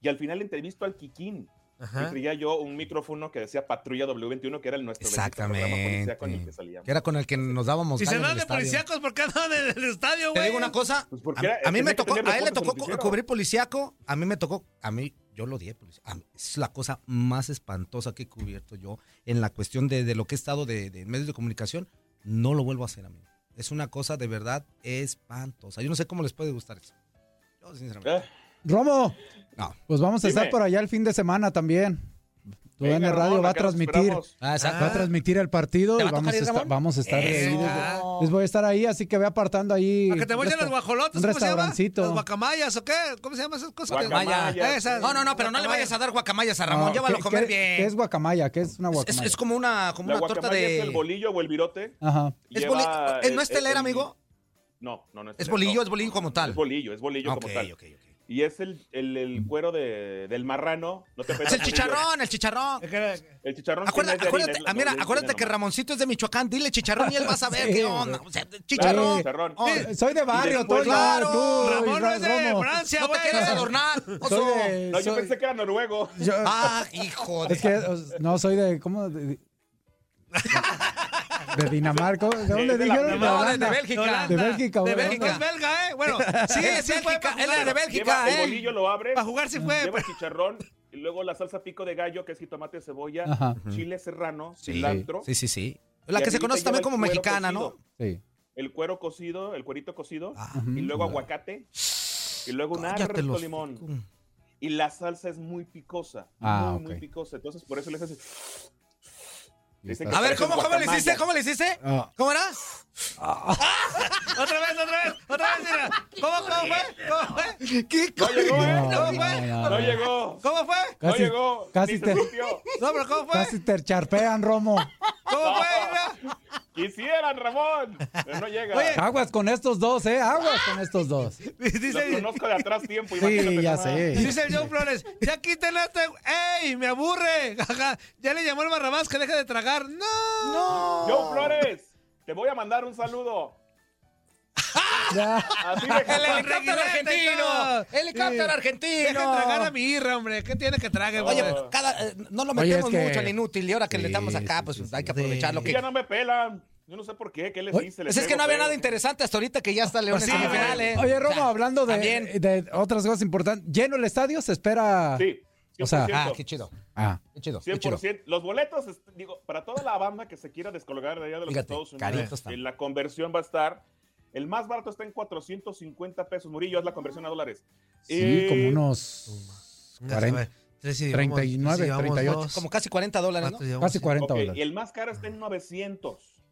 Speaker 1: Y al final entrevisto al Kikín. Y
Speaker 8: Ajá.
Speaker 1: traía yo un micrófono que decía Patrulla W21, que era el nuestro bendito programa
Speaker 4: Exactamente.
Speaker 1: policía con el que salíamos.
Speaker 4: Que era con el que nos dábamos.
Speaker 8: Y se
Speaker 4: gallo en
Speaker 8: dan
Speaker 4: el
Speaker 8: de
Speaker 4: estadio.
Speaker 8: policíacos porque andan en el estadio,
Speaker 4: Te
Speaker 8: güey.
Speaker 4: digo una cosa.
Speaker 1: Pues
Speaker 4: A,
Speaker 1: porque era-
Speaker 4: a mí
Speaker 1: tenía
Speaker 4: me
Speaker 1: que
Speaker 4: tocó,
Speaker 1: tener
Speaker 4: a él le
Speaker 1: reportes
Speaker 4: tocó
Speaker 1: en
Speaker 4: co-
Speaker 1: noticiero.
Speaker 4: cubrir policiaco, a mí me tocó, a mí yo lo di policía. Es la cosa más espantosa que he cubierto yo en la cuestión de, de lo que he estado de, de medios de comunicación. No lo vuelvo a hacer, amigo. Es una cosa de verdad espantosa. Yo no sé cómo les puede gustar eso. Yo, sinceramente.
Speaker 1: Eh,
Speaker 7: Romo,
Speaker 4: No.
Speaker 7: pues vamos a estar
Speaker 1: Dime.
Speaker 7: por allá el fin de semana también. Tu
Speaker 1: venga,
Speaker 7: DN Radio
Speaker 1: Ramón,
Speaker 7: va a
Speaker 1: acá nos
Speaker 7: transmitir.
Speaker 1: esperamos.
Speaker 4: Ah, exacto.
Speaker 7: Va a transmitir el partido
Speaker 4: ¿Te
Speaker 7: y
Speaker 4: va a
Speaker 7: vamos
Speaker 4: tocar
Speaker 7: a,
Speaker 4: ir,
Speaker 7: estar,
Speaker 4: Ramón?
Speaker 7: vamos a estar ahí.
Speaker 4: Eso.
Speaker 7: Les- Les voy a estar ahí, así que ve apartando ahí. Pues
Speaker 8: ¿A que te vayan
Speaker 7: Resto-
Speaker 8: las guajolotas?
Speaker 7: un
Speaker 8: ¿Cómo se llama?
Speaker 7: restaurancito.
Speaker 8: Las guacamayas, ¿o qué? ¿Cómo se llaman esas cosas? que-
Speaker 1: Guacamayas.
Speaker 4: Guacamaya.
Speaker 8: Esas.
Speaker 4: No, no, no, pero no le vayas a dar guacamayas a Ramón.
Speaker 7: No,
Speaker 4: Llévalo a
Speaker 7: ¿qué-
Speaker 4: comer
Speaker 7: qué- qué es
Speaker 4: bien.
Speaker 7: guacamaya? ¿Qué es una
Speaker 4: Es, es-
Speaker 7: guacamaya?
Speaker 4: es como una, como
Speaker 1: La
Speaker 4: una torta
Speaker 1: guacamaya
Speaker 4: de.
Speaker 1: es el bolillo o el virote.
Speaker 7: Ajá.
Speaker 4: Es
Speaker 1: Lleva,
Speaker 4: boli- ¿es- no es telera,
Speaker 1: el-
Speaker 4: amigo?
Speaker 1: No, no, no
Speaker 4: Es
Speaker 1: telera,
Speaker 4: bolillo,
Speaker 1: no.
Speaker 4: es bolillo como tal.
Speaker 1: Es bolillo, es bolillo
Speaker 4: Ok,
Speaker 1: como tal.
Speaker 4: ok, ok.
Speaker 1: Y es el, el, el cuero de, del marrano. No te
Speaker 4: Es
Speaker 1: ofendas,
Speaker 4: el
Speaker 1: bolillo.
Speaker 4: chicharrón, el chicharrón.
Speaker 1: El chicharrón. sí
Speaker 4: Acuerda-
Speaker 1: no es de harina,
Speaker 4: acuérdate,
Speaker 1: es la-
Speaker 4: ah, mira,
Speaker 1: no, es de
Speaker 4: acuérdate
Speaker 1: harina
Speaker 4: que
Speaker 1: nomás.
Speaker 4: Ramoncito es de Michoacán, dile chicharrón y él va a saber
Speaker 7: Sí,
Speaker 4: qué
Speaker 7: güey.
Speaker 4: onda. O sea,
Speaker 1: Claro,
Speaker 4: chicharrón.
Speaker 1: Ah, chicharrón.
Speaker 4: Oh,
Speaker 7: Eh, Soy de barrio,
Speaker 1: después-
Speaker 7: Toño.
Speaker 4: Claro,
Speaker 7: tú,
Speaker 8: Ramón no
Speaker 7: Ra-
Speaker 8: es de
Speaker 7: Romo.
Speaker 8: Francia,
Speaker 4: no te
Speaker 8: güey.
Speaker 4: quieres adornar, oso.
Speaker 7: Soy de-
Speaker 1: No, yo
Speaker 7: soy-
Speaker 1: pensé que era noruego.
Speaker 7: yo-
Speaker 4: Ah, hijo de.
Speaker 7: Es que o- no soy de. ¿Cómo? De, de- de Dinamarca. ¿De dónde
Speaker 1: de la- no,
Speaker 7: dijeron? De
Speaker 4: no, de-
Speaker 7: Holanda.
Speaker 4: de Bélgica.
Speaker 7: De Bélgica,
Speaker 8: De
Speaker 7: güey,
Speaker 8: Bélgica. Es
Speaker 7: Holanda.
Speaker 8: belga, ¿eh? Bueno, sí,
Speaker 4: Él es
Speaker 8: sí, fue
Speaker 4: Bélgica,
Speaker 8: para
Speaker 4: él es de
Speaker 8: jugar.
Speaker 4: Bélgica,
Speaker 1: Lleva el
Speaker 4: ¿eh?
Speaker 1: bolillo, lo abre.
Speaker 8: Para jugar sí
Speaker 4: Mm,
Speaker 8: fue. pues.
Speaker 1: Lleva
Speaker 8: pero-
Speaker 1: chicharrón. Y luego la salsa pico de gallo, que es jitomate, cebolla,
Speaker 7: Ajá.
Speaker 1: chile serrano,
Speaker 4: Sí,
Speaker 1: cilantro.
Speaker 4: Sí, sí, sí.
Speaker 1: y
Speaker 4: La que se
Speaker 1: arribita
Speaker 4: conoce
Speaker 1: lleva
Speaker 4: también
Speaker 1: el
Speaker 4: como
Speaker 1: cuero
Speaker 4: mexicana, ¿no?
Speaker 1: cocido,
Speaker 7: Sí.
Speaker 1: El cuero cocido, el cuerito cocido.
Speaker 4: Ah,
Speaker 7: Ujú.
Speaker 1: Y luego aguacate. Y luego un
Speaker 4: cállate
Speaker 1: harto
Speaker 4: los-
Speaker 1: limón. Y la salsa es muy picosa.
Speaker 7: Ah,
Speaker 1: muy,
Speaker 7: ok.
Speaker 1: muy picosa. Entonces, por eso les haces. Dicen
Speaker 7: Está-
Speaker 4: A ver, ¿cómo, cómo le
Speaker 1: Guacamaya.
Speaker 4: hiciste? ¿Cómo le hiciste?
Speaker 7: Ah,
Speaker 4: ¿Cómo era?
Speaker 8: Otra vez, otra vez, otra vez, mira. ¿Cómo, cómo fue? ¿Cómo fue?
Speaker 4: ¿Qué?
Speaker 1: No llegó, ¿eh?
Speaker 7: no,
Speaker 1: No,
Speaker 8: ¿Cómo fue?
Speaker 7: no, no,
Speaker 1: no
Speaker 7: no.
Speaker 1: llegó.
Speaker 8: ¿Cómo fue?
Speaker 7: Casi-
Speaker 1: no llegó.
Speaker 7: casi
Speaker 1: ni se
Speaker 7: te-
Speaker 1: sintió.
Speaker 8: No, pero ¿cómo fue?
Speaker 7: Casi te charpean, Romo.
Speaker 8: ¿Cómo fue? Mira.
Speaker 1: Quisieran, Ramón. Pero no llega.
Speaker 8: Oye,
Speaker 7: Aguas con estos dos, ¿eh? Aguas con estos dos.
Speaker 8: Dice,
Speaker 1: Los conozco de atrás tiempo.
Speaker 7: Sí,
Speaker 1: imagínate
Speaker 7: ya
Speaker 1: nomás.
Speaker 7: sé.
Speaker 8: dice el Joe Flores, ya quiten a este, ¡ey! Me aburre. Ajá. Ya le llamó el Barrabás que deja de tragar. No.
Speaker 4: No.
Speaker 1: Joe Flores, te voy a mandar un saludo.
Speaker 7: Ya.
Speaker 1: Así de
Speaker 4: El
Speaker 8: Con
Speaker 4: helicóptero
Speaker 8: reguilete y
Speaker 4: argentino.
Speaker 8: todo.
Speaker 4: Helicóptero argentino.
Speaker 8: Deja de tragar a mi irra, hombre. ¿Qué tiene que trague,
Speaker 1: No.
Speaker 8: güey?
Speaker 4: Oye,
Speaker 1: Oh.
Speaker 4: cada, eh, no lo
Speaker 7: Oye,
Speaker 4: metemos
Speaker 7: es que-
Speaker 4: mucho al inútil y ahora que le
Speaker 7: Sí,
Speaker 4: estamos acá,
Speaker 7: sí,
Speaker 4: pues
Speaker 7: sí,
Speaker 4: hay que
Speaker 7: sí.
Speaker 4: aprovechar lo
Speaker 1: Y
Speaker 4: que...
Speaker 1: ya no me pelan. Yo no sé por qué. ¿Qué les
Speaker 7: Oye,
Speaker 1: hice? Les
Speaker 4: Pues es que
Speaker 1: pego
Speaker 4: no había
Speaker 1: feo.
Speaker 4: nada interesante hasta ahorita que ya está León
Speaker 8: Pues
Speaker 4: en ¿eh?
Speaker 8: sí,
Speaker 4: semifinales.
Speaker 7: Oye, Romo,
Speaker 4: O sea,
Speaker 7: hablando de,
Speaker 4: también.
Speaker 7: de otras cosas importantes, lleno el estadio, se espera.
Speaker 1: Sí.
Speaker 7: O sea,
Speaker 4: Ah,
Speaker 1: 100%.
Speaker 4: qué chido.
Speaker 7: Ah,
Speaker 4: Qué chido. qué chido.
Speaker 1: 100%. Los boletos, este, digo, para toda la banda que se quiera descolgar de allá de los
Speaker 4: Fíjate,
Speaker 1: Estados
Speaker 4: caritos
Speaker 1: Unidos,
Speaker 4: también.
Speaker 1: en la conversión va a estar. El más barato está en 450 pesos. Murillo, es la conversión a dólares.
Speaker 7: sí,
Speaker 1: Eh,
Speaker 7: como unos 40, 39, 38.
Speaker 4: Como casi 40 dólares, ¿no?
Speaker 7: casi 40
Speaker 1: ok, y
Speaker 7: dólares.
Speaker 1: el más caro está en 900.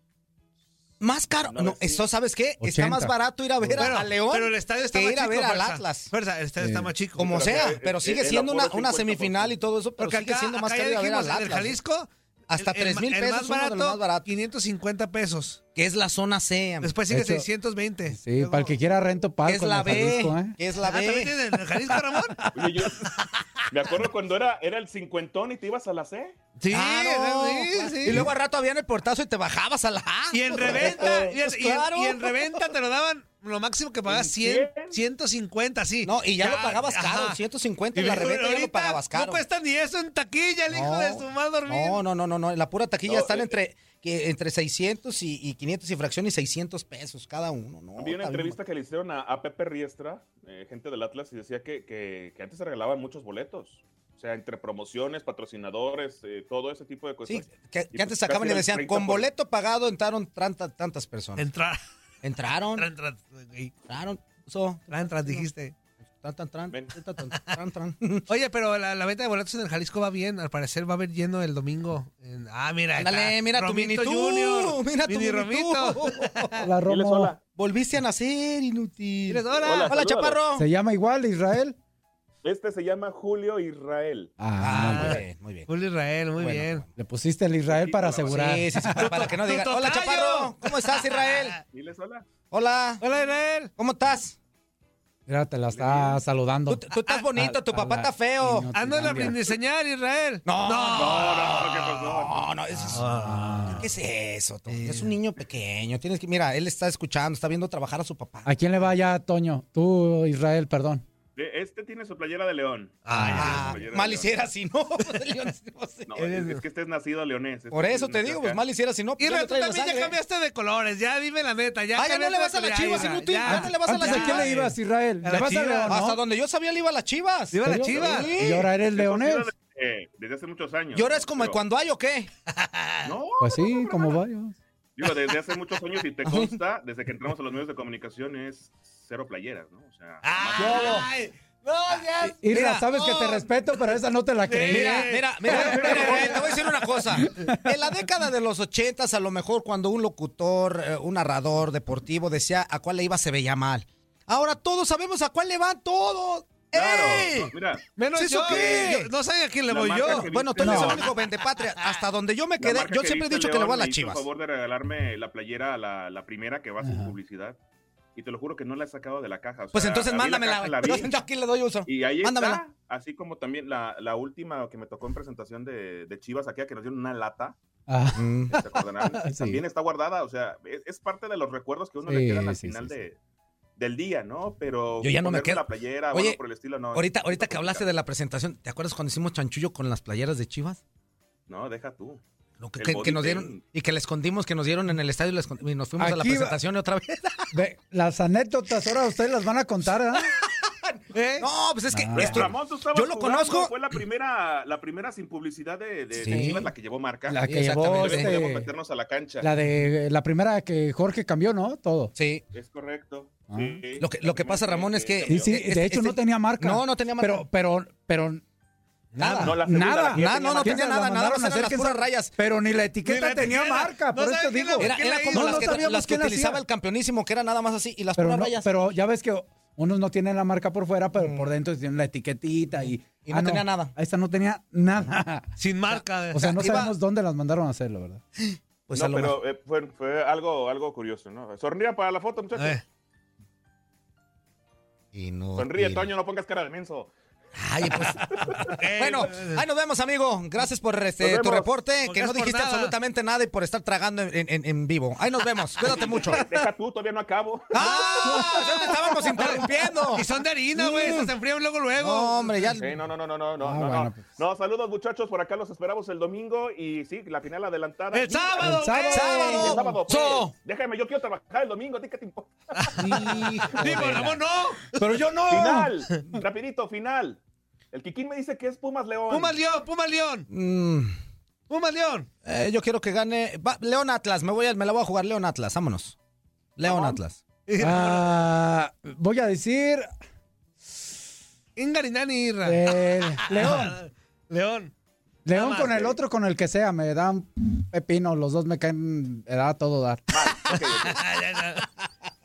Speaker 4: Más caro. No,
Speaker 1: No, sí.
Speaker 4: eso, ¿sabes qué? Está
Speaker 7: 80.
Speaker 4: más barato ir a ver a-
Speaker 8: Bueno,
Speaker 4: a León.
Speaker 8: Pero el estadio está
Speaker 4: que
Speaker 8: más
Speaker 4: ir a
Speaker 8: chico.
Speaker 4: ver al
Speaker 8: Fuerza.
Speaker 4: Atlas.
Speaker 8: Fuerza, el estadio
Speaker 7: Sí.
Speaker 8: está más chico.
Speaker 4: Como
Speaker 1: pero
Speaker 4: sea,
Speaker 8: eh,
Speaker 1: que-
Speaker 4: pero
Speaker 1: el-
Speaker 4: sigue
Speaker 1: el
Speaker 4: siendo una,
Speaker 1: aforo es
Speaker 4: una
Speaker 1: 50%.
Speaker 4: semifinal y todo eso, pero
Speaker 8: Porque
Speaker 4: sigue
Speaker 8: acá,
Speaker 4: siendo más
Speaker 8: acá ya
Speaker 4: caro ir a ver
Speaker 8: dijimos,
Speaker 4: al
Speaker 8: en el
Speaker 4: Atlas.
Speaker 8: Jalisco.
Speaker 4: Hasta
Speaker 8: el- el
Speaker 4: 3,000
Speaker 8: ma-
Speaker 4: pesos,
Speaker 8: El más
Speaker 4: uno de los
Speaker 8: barato,
Speaker 4: más baratos.
Speaker 8: 550 pesos.
Speaker 4: Que es la zona C. amigo.
Speaker 8: Después sigue
Speaker 7: De hecho,
Speaker 8: 620.
Speaker 7: Sí, para el que quiera rento
Speaker 4: Que
Speaker 7: palco.
Speaker 4: es
Speaker 7: en
Speaker 4: la
Speaker 7: el
Speaker 4: B.
Speaker 7: Jalisco, ¿eh?
Speaker 4: Que es
Speaker 8: Ah,
Speaker 4: la
Speaker 8: ¿también
Speaker 4: B.
Speaker 8: tiene en el Jalisco, Ramón?
Speaker 1: Oye, yo me acuerdo cuando era, era el cincuentón y te ibas a la C.
Speaker 8: Sí,
Speaker 4: Claro.
Speaker 8: sí, sí.
Speaker 4: Y luego al rato habían el portazo y te bajabas a la A.
Speaker 8: Y en reventa, y en,
Speaker 4: Pues
Speaker 8: y en-
Speaker 4: claro.
Speaker 8: y en reventa te lo daban lo máximo que pagas 100, 150, sí. Ah,
Speaker 4: No, y ya, lo pagabas caro,
Speaker 8: ajá.
Speaker 4: 150
Speaker 8: Y
Speaker 4: en la
Speaker 8: luego
Speaker 4: reventa ya lo
Speaker 8: ahorita
Speaker 4: pagabas caro.
Speaker 8: No cuesta ni eso en taquilla, el hijo
Speaker 4: No,
Speaker 8: de su madre dormir.
Speaker 4: No, no, no, no, no. En la pura taquilla
Speaker 1: No,
Speaker 4: están
Speaker 1: eh,
Speaker 4: entre, que, entre 600 y, y 500 y fracción y 600 pesos cada uno.
Speaker 1: Vi
Speaker 4: No,
Speaker 1: una
Speaker 4: está bien
Speaker 1: entrevista que le hicieron a, a Pepe Riestra, eh, gente del Atlas, y decía que, que- que antes se regalaban muchos boletos. O sea, entre promociones, patrocinadores, eh, todo ese tipo de
Speaker 4: Sí,
Speaker 1: cosas.
Speaker 4: que, que
Speaker 1: pues casi
Speaker 4: antes sacaban y
Speaker 1: era el
Speaker 4: decían,
Speaker 1: 30
Speaker 4: con
Speaker 1: por-
Speaker 4: boleto pagado entraron tantas, tantas personas.
Speaker 8: Entrar,
Speaker 4: Entraron,
Speaker 8: entrar, entrar, güey.
Speaker 4: entraron, so,
Speaker 8: entrar, entrar, dijiste.
Speaker 4: tran, tran, tran,
Speaker 1: Ven.
Speaker 4: tran, tran, tran, tran.
Speaker 8: Oye, pero la, la venta de boletos en el Jalisco va bien. Al parecer va a haber lleno el domingo. En- ah, mira. ahí
Speaker 4: Ándale,
Speaker 8: está.
Speaker 4: mira tu
Speaker 8: Romito
Speaker 4: mini tú,
Speaker 8: Junior.
Speaker 4: mira tu
Speaker 8: Mini
Speaker 4: mini tú.
Speaker 8: Romito.
Speaker 7: La
Speaker 1: Diles
Speaker 7: Romo.
Speaker 1: hola.
Speaker 4: Volviste a nacer, inútil.
Speaker 8: Diles,
Speaker 4: Hola,
Speaker 8: hola.
Speaker 1: Hola. salúdalo.
Speaker 4: chaparro.
Speaker 7: ¿Se llama igual Israel?
Speaker 1: Este se llama Julio Israel.
Speaker 7: Ah,
Speaker 4: Ah,
Speaker 7: muy
Speaker 4: muy
Speaker 7: bien.
Speaker 4: bien, muy bien.
Speaker 8: Julio Israel, muy
Speaker 4: Bueno, pues,
Speaker 8: bien.
Speaker 7: le pusiste el Israel para
Speaker 1: Sí,
Speaker 7: asegurar.
Speaker 4: Eh, Sí, sí, sí, para, para que no
Speaker 8: Tu
Speaker 4: digan. Hola,
Speaker 8: tocayo.
Speaker 4: chaparro. ¿Cómo estás, Israel?
Speaker 1: Diles hola.
Speaker 4: Hola.
Speaker 8: Hola, Israel.
Speaker 4: ¿Cómo estás?
Speaker 7: Mira, te la está saludando.
Speaker 4: Tú, tú estás bonito,
Speaker 7: a-
Speaker 4: tu
Speaker 7: a
Speaker 4: papá
Speaker 7: la-
Speaker 4: está feo.
Speaker 7: y no-
Speaker 8: Anda en la brindiseñal, Israel.
Speaker 4: No,
Speaker 1: No, no, ¿qué pasó?
Speaker 4: No, no, eso es- ¿Qué es eso, Toño? Es un niño pequeño. Tienes que, mira, él está escuchando, está viendo trabajar a su papá.
Speaker 7: ¿A quién le va ya, Toño? Tú, Israel, perdón.
Speaker 1: Eh, Este tiene su playera de león.
Speaker 4: Ah,
Speaker 1: ya, ya, ya.
Speaker 4: mal hiciera si no. León, no sé.
Speaker 1: No, es, es que este es nacido leonés. Este
Speaker 4: Por
Speaker 1: sí
Speaker 4: eso
Speaker 1: es
Speaker 4: te
Speaker 1: nacido
Speaker 4: digo,
Speaker 1: acá.
Speaker 4: pues mal hiciera si no. pues, ya
Speaker 8: Israel,
Speaker 4: lo
Speaker 8: tú
Speaker 4: trae la
Speaker 8: también ya
Speaker 4: sangre.
Speaker 8: cambiaste de colores. Ya dime la neta. Ya
Speaker 4: Ah, ya no le vas
Speaker 8: cambiaste
Speaker 4: a
Speaker 8: de-
Speaker 4: las
Speaker 8: ya,
Speaker 4: chivas,
Speaker 8: Israel,
Speaker 4: inútil. Ya no le vas a
Speaker 7: Antes,
Speaker 4: las
Speaker 7: ¿a quién
Speaker 4: chivas.
Speaker 7: le ibas, Israel?
Speaker 8: A
Speaker 7: ¿Le
Speaker 8: las
Speaker 7: vas a
Speaker 8: chivas.
Speaker 7: León,
Speaker 4: Hasta
Speaker 7: no?
Speaker 4: donde yo sabía le iba a las chivas.
Speaker 8: Iba a las
Speaker 7: ¿Serio?
Speaker 8: chivas.
Speaker 4: Sí.
Speaker 7: Y ahora eres
Speaker 1: Este es nacido
Speaker 7: leonés.
Speaker 1: de- eh, desde hace muchos años.
Speaker 4: ¿Y ahora es como el
Speaker 1: Pero-
Speaker 4: cuando hay o qué?
Speaker 1: No,
Speaker 7: Pues
Speaker 1: no, no,
Speaker 7: sí,
Speaker 1: para
Speaker 7: como
Speaker 1: nada.
Speaker 7: varios.
Speaker 1: Digo, desde hace muchos años, y te consta, desde que entramos a los medios de comunicación es cero playeras, ¿no? O sea,
Speaker 4: Ah,
Speaker 8: Ay, no, ya.
Speaker 7: Irra,
Speaker 4: Mira, oh.
Speaker 7: sabes que te
Speaker 8: no.
Speaker 7: respeto, pero esa no te la creí.
Speaker 4: Mira, mira, mira, mira, güey, te voy a decir una cosa. En la década de los ochentas, a lo mejor cuando un locutor, eh, un narrador deportivo decía a cuál le iba se veía mal. Ahora todos sabemos a cuál le van todos.
Speaker 1: claro.
Speaker 4: ¡Ey!
Speaker 1: no, mira,
Speaker 8: Menos
Speaker 4: ¿Sí, eso
Speaker 8: yo.
Speaker 4: qué?
Speaker 8: Yo- No saben a quién le
Speaker 1: La
Speaker 8: voy
Speaker 1: marca
Speaker 8: yo.
Speaker 1: que-
Speaker 4: Bueno, tú eres
Speaker 7: No.
Speaker 4: el único vendepatria. Hasta donde yo me
Speaker 1: la
Speaker 4: quedé,
Speaker 1: marca
Speaker 4: yo
Speaker 1: que
Speaker 4: siempre he
Speaker 1: viste
Speaker 4: dicho que le voy a
Speaker 1: León
Speaker 4: las
Speaker 1: me hizo
Speaker 4: chivas.
Speaker 1: favor de regalarme la playera, la, la primera que va sin
Speaker 7: Ajá.
Speaker 1: publicidad. Y te lo juro que no la he sacado de la caja. o
Speaker 4: Pues
Speaker 1: sea,
Speaker 4: entonces
Speaker 1: abrí la
Speaker 4: mándamela.
Speaker 1: caja, la
Speaker 4: güey.
Speaker 1: vi,
Speaker 4: Yo aquí le doy uso.
Speaker 1: y ahí
Speaker 4: Mándamela.
Speaker 1: está. Así como también la, la última que me tocó en presentación de, de Chivas, aquella que nos dieron una lata.
Speaker 7: Ah,
Speaker 1: ¿se acordarán?
Speaker 7: Sí.
Speaker 1: También está guardada. O sea, es, es parte de los recuerdos que uno
Speaker 7: Sí,
Speaker 1: le quedan al
Speaker 7: sí,
Speaker 1: final
Speaker 7: sí, sí.
Speaker 1: de- del día, ¿no? Pero
Speaker 4: Yo ya no me
Speaker 1: ponerme
Speaker 4: quedo.
Speaker 1: la playera o
Speaker 4: Oye,
Speaker 1: algo por el estilo, no.
Speaker 4: Ahorita,
Speaker 1: es-
Speaker 4: ahorita
Speaker 1: es
Speaker 4: que hablaste de la presentación, ¿te acuerdas cuando hicimos chanchullo con las playeras de Chivas?
Speaker 1: No, deja tú.
Speaker 4: Lo que,
Speaker 1: El
Speaker 4: que- que
Speaker 1: body
Speaker 4: nos dieron
Speaker 1: paint.
Speaker 4: y que le escondimos, que nos dieron en el estadio y la escond- y nos fuimos a la
Speaker 7: Aquí va-
Speaker 4: presentación y otra vez.
Speaker 7: ve, las anécdotas ahora ustedes las van a contar, ¿ah?
Speaker 8: ¿Eh?
Speaker 4: No, pues es que
Speaker 7: No.
Speaker 4: esto-
Speaker 1: Ramón, tú estabas
Speaker 4: yo lo
Speaker 1: jugando,
Speaker 4: conozco.
Speaker 1: Fue la primera, la primera sin publicidad de, de- de
Speaker 4: Sí.
Speaker 1: Chivas, la que llevó marca.
Speaker 7: La
Speaker 4: Sí,
Speaker 7: que llevó
Speaker 4: exactamente.
Speaker 7: este-
Speaker 1: Podemos meternos a la cancha.
Speaker 7: la de la primera que Jorge cambió, ¿no? Todo.
Speaker 4: Sí.
Speaker 1: Es correcto.
Speaker 7: Ah.
Speaker 1: Sí.
Speaker 4: Lo que- lo que pasa, Ramón, es que-
Speaker 7: Sí, sí, de hecho no tenía marca.
Speaker 4: Este, No, no tenía marca.
Speaker 7: Pero, pero, pero
Speaker 4: Nada.
Speaker 1: No, la segunda,
Speaker 7: nada.
Speaker 1: la que ya
Speaker 4: Nada, no, no
Speaker 1: marca.
Speaker 7: ¿Quién
Speaker 4: tenía
Speaker 7: se
Speaker 4: nada,
Speaker 7: la
Speaker 4: nada
Speaker 7: mandaron
Speaker 4: más
Speaker 7: a
Speaker 4: eran
Speaker 7: hacer?
Speaker 4: las
Speaker 7: ¿Quién
Speaker 4: puras
Speaker 7: sabe?
Speaker 4: rayas.
Speaker 7: Pero ni la
Speaker 8: Ni
Speaker 7: etiqueta
Speaker 8: la
Speaker 7: tenía
Speaker 8: etiqueta.
Speaker 7: marca,
Speaker 8: No
Speaker 7: por
Speaker 8: sabe
Speaker 7: eso
Speaker 8: quién
Speaker 7: digo.
Speaker 8: la-
Speaker 4: Era,
Speaker 8: ¿Qué
Speaker 4: era
Speaker 8: le
Speaker 4: como
Speaker 8: hizo?
Speaker 4: las
Speaker 7: No,
Speaker 4: que
Speaker 7: no sabíamos
Speaker 4: las que
Speaker 7: quién la
Speaker 4: utilizaba
Speaker 7: hacía.
Speaker 4: el campeonísimo, que era nada más así, y las
Speaker 7: Pero,
Speaker 4: puras
Speaker 7: no-
Speaker 4: rayas.
Speaker 7: pero ya ves que unos no tienen la marca por fuera, pero por dentro tienen la etiquetita y...
Speaker 4: Y no tenía nada.
Speaker 7: Esta no tenía nada.
Speaker 8: Sin marca.
Speaker 7: O sea, no
Speaker 4: Iba-
Speaker 7: sabemos dónde las mandaron a hacer, la verdad.
Speaker 4: Pues
Speaker 1: No,
Speaker 4: a lo mejor.
Speaker 1: pero eh, fue, fue algo, algo curioso, ¿no? Sonríe para la foto, muchachos.
Speaker 8: Eh.
Speaker 1: Sonríe, Toño, no pongas cara de menso.
Speaker 4: Ay, pues. bueno, ahí nos vemos, amigo. Gracias por este,
Speaker 1: pues, eh. Nos
Speaker 4: tu
Speaker 1: vemos.
Speaker 4: reporte,
Speaker 8: No,
Speaker 4: que no
Speaker 8: gracias por
Speaker 4: dijiste
Speaker 8: nada.
Speaker 4: absolutamente nada y por estar tragando en, en- en vivo. Ahí nos vemos. Cuídate mucho.
Speaker 1: Deja tú, todavía no acabo.
Speaker 4: ¡Ah! ¡Ya te estábamos interrumpiendo!
Speaker 8: Y son de harina, güey. esas Se enfrían luego, luego.
Speaker 4: No, hombre, ya.
Speaker 1: Sí, no, no, no, no, no, no,
Speaker 7: Ah,
Speaker 1: no,
Speaker 7: bueno,
Speaker 1: no.
Speaker 7: pues.
Speaker 1: No, saludos muchachos, por acá los esperamos el domingo y sí, la final adelantada.
Speaker 8: El
Speaker 1: Y-
Speaker 8: sábado,
Speaker 7: El
Speaker 8: güey.
Speaker 7: sábado.
Speaker 1: El sábado, pues.
Speaker 4: So.
Speaker 1: Déjame, yo quiero trabajar el domingo, ¿a ti qué te importa?
Speaker 8: Digo, Ramón, no.
Speaker 7: Pero yo no.
Speaker 1: Final, rapidito, final. El Kikín me dice que es Pumas León.
Speaker 8: Pumas León, Pumas León,
Speaker 4: Mm,
Speaker 8: Pumas León.
Speaker 4: eh, yo quiero que gane. va, León Atlas, me, voy a- me la voy a jugar León Atlas, vámonos. León Atlas.
Speaker 7: Ah, voy a decir.
Speaker 8: Ingarinani, Irra.
Speaker 7: eh, León.
Speaker 8: León.
Speaker 7: León
Speaker 8: más,
Speaker 7: con el
Speaker 8: güey.
Speaker 7: otro, con el que sea. Me dan pepino. Los dos me caen. Me da todo dar.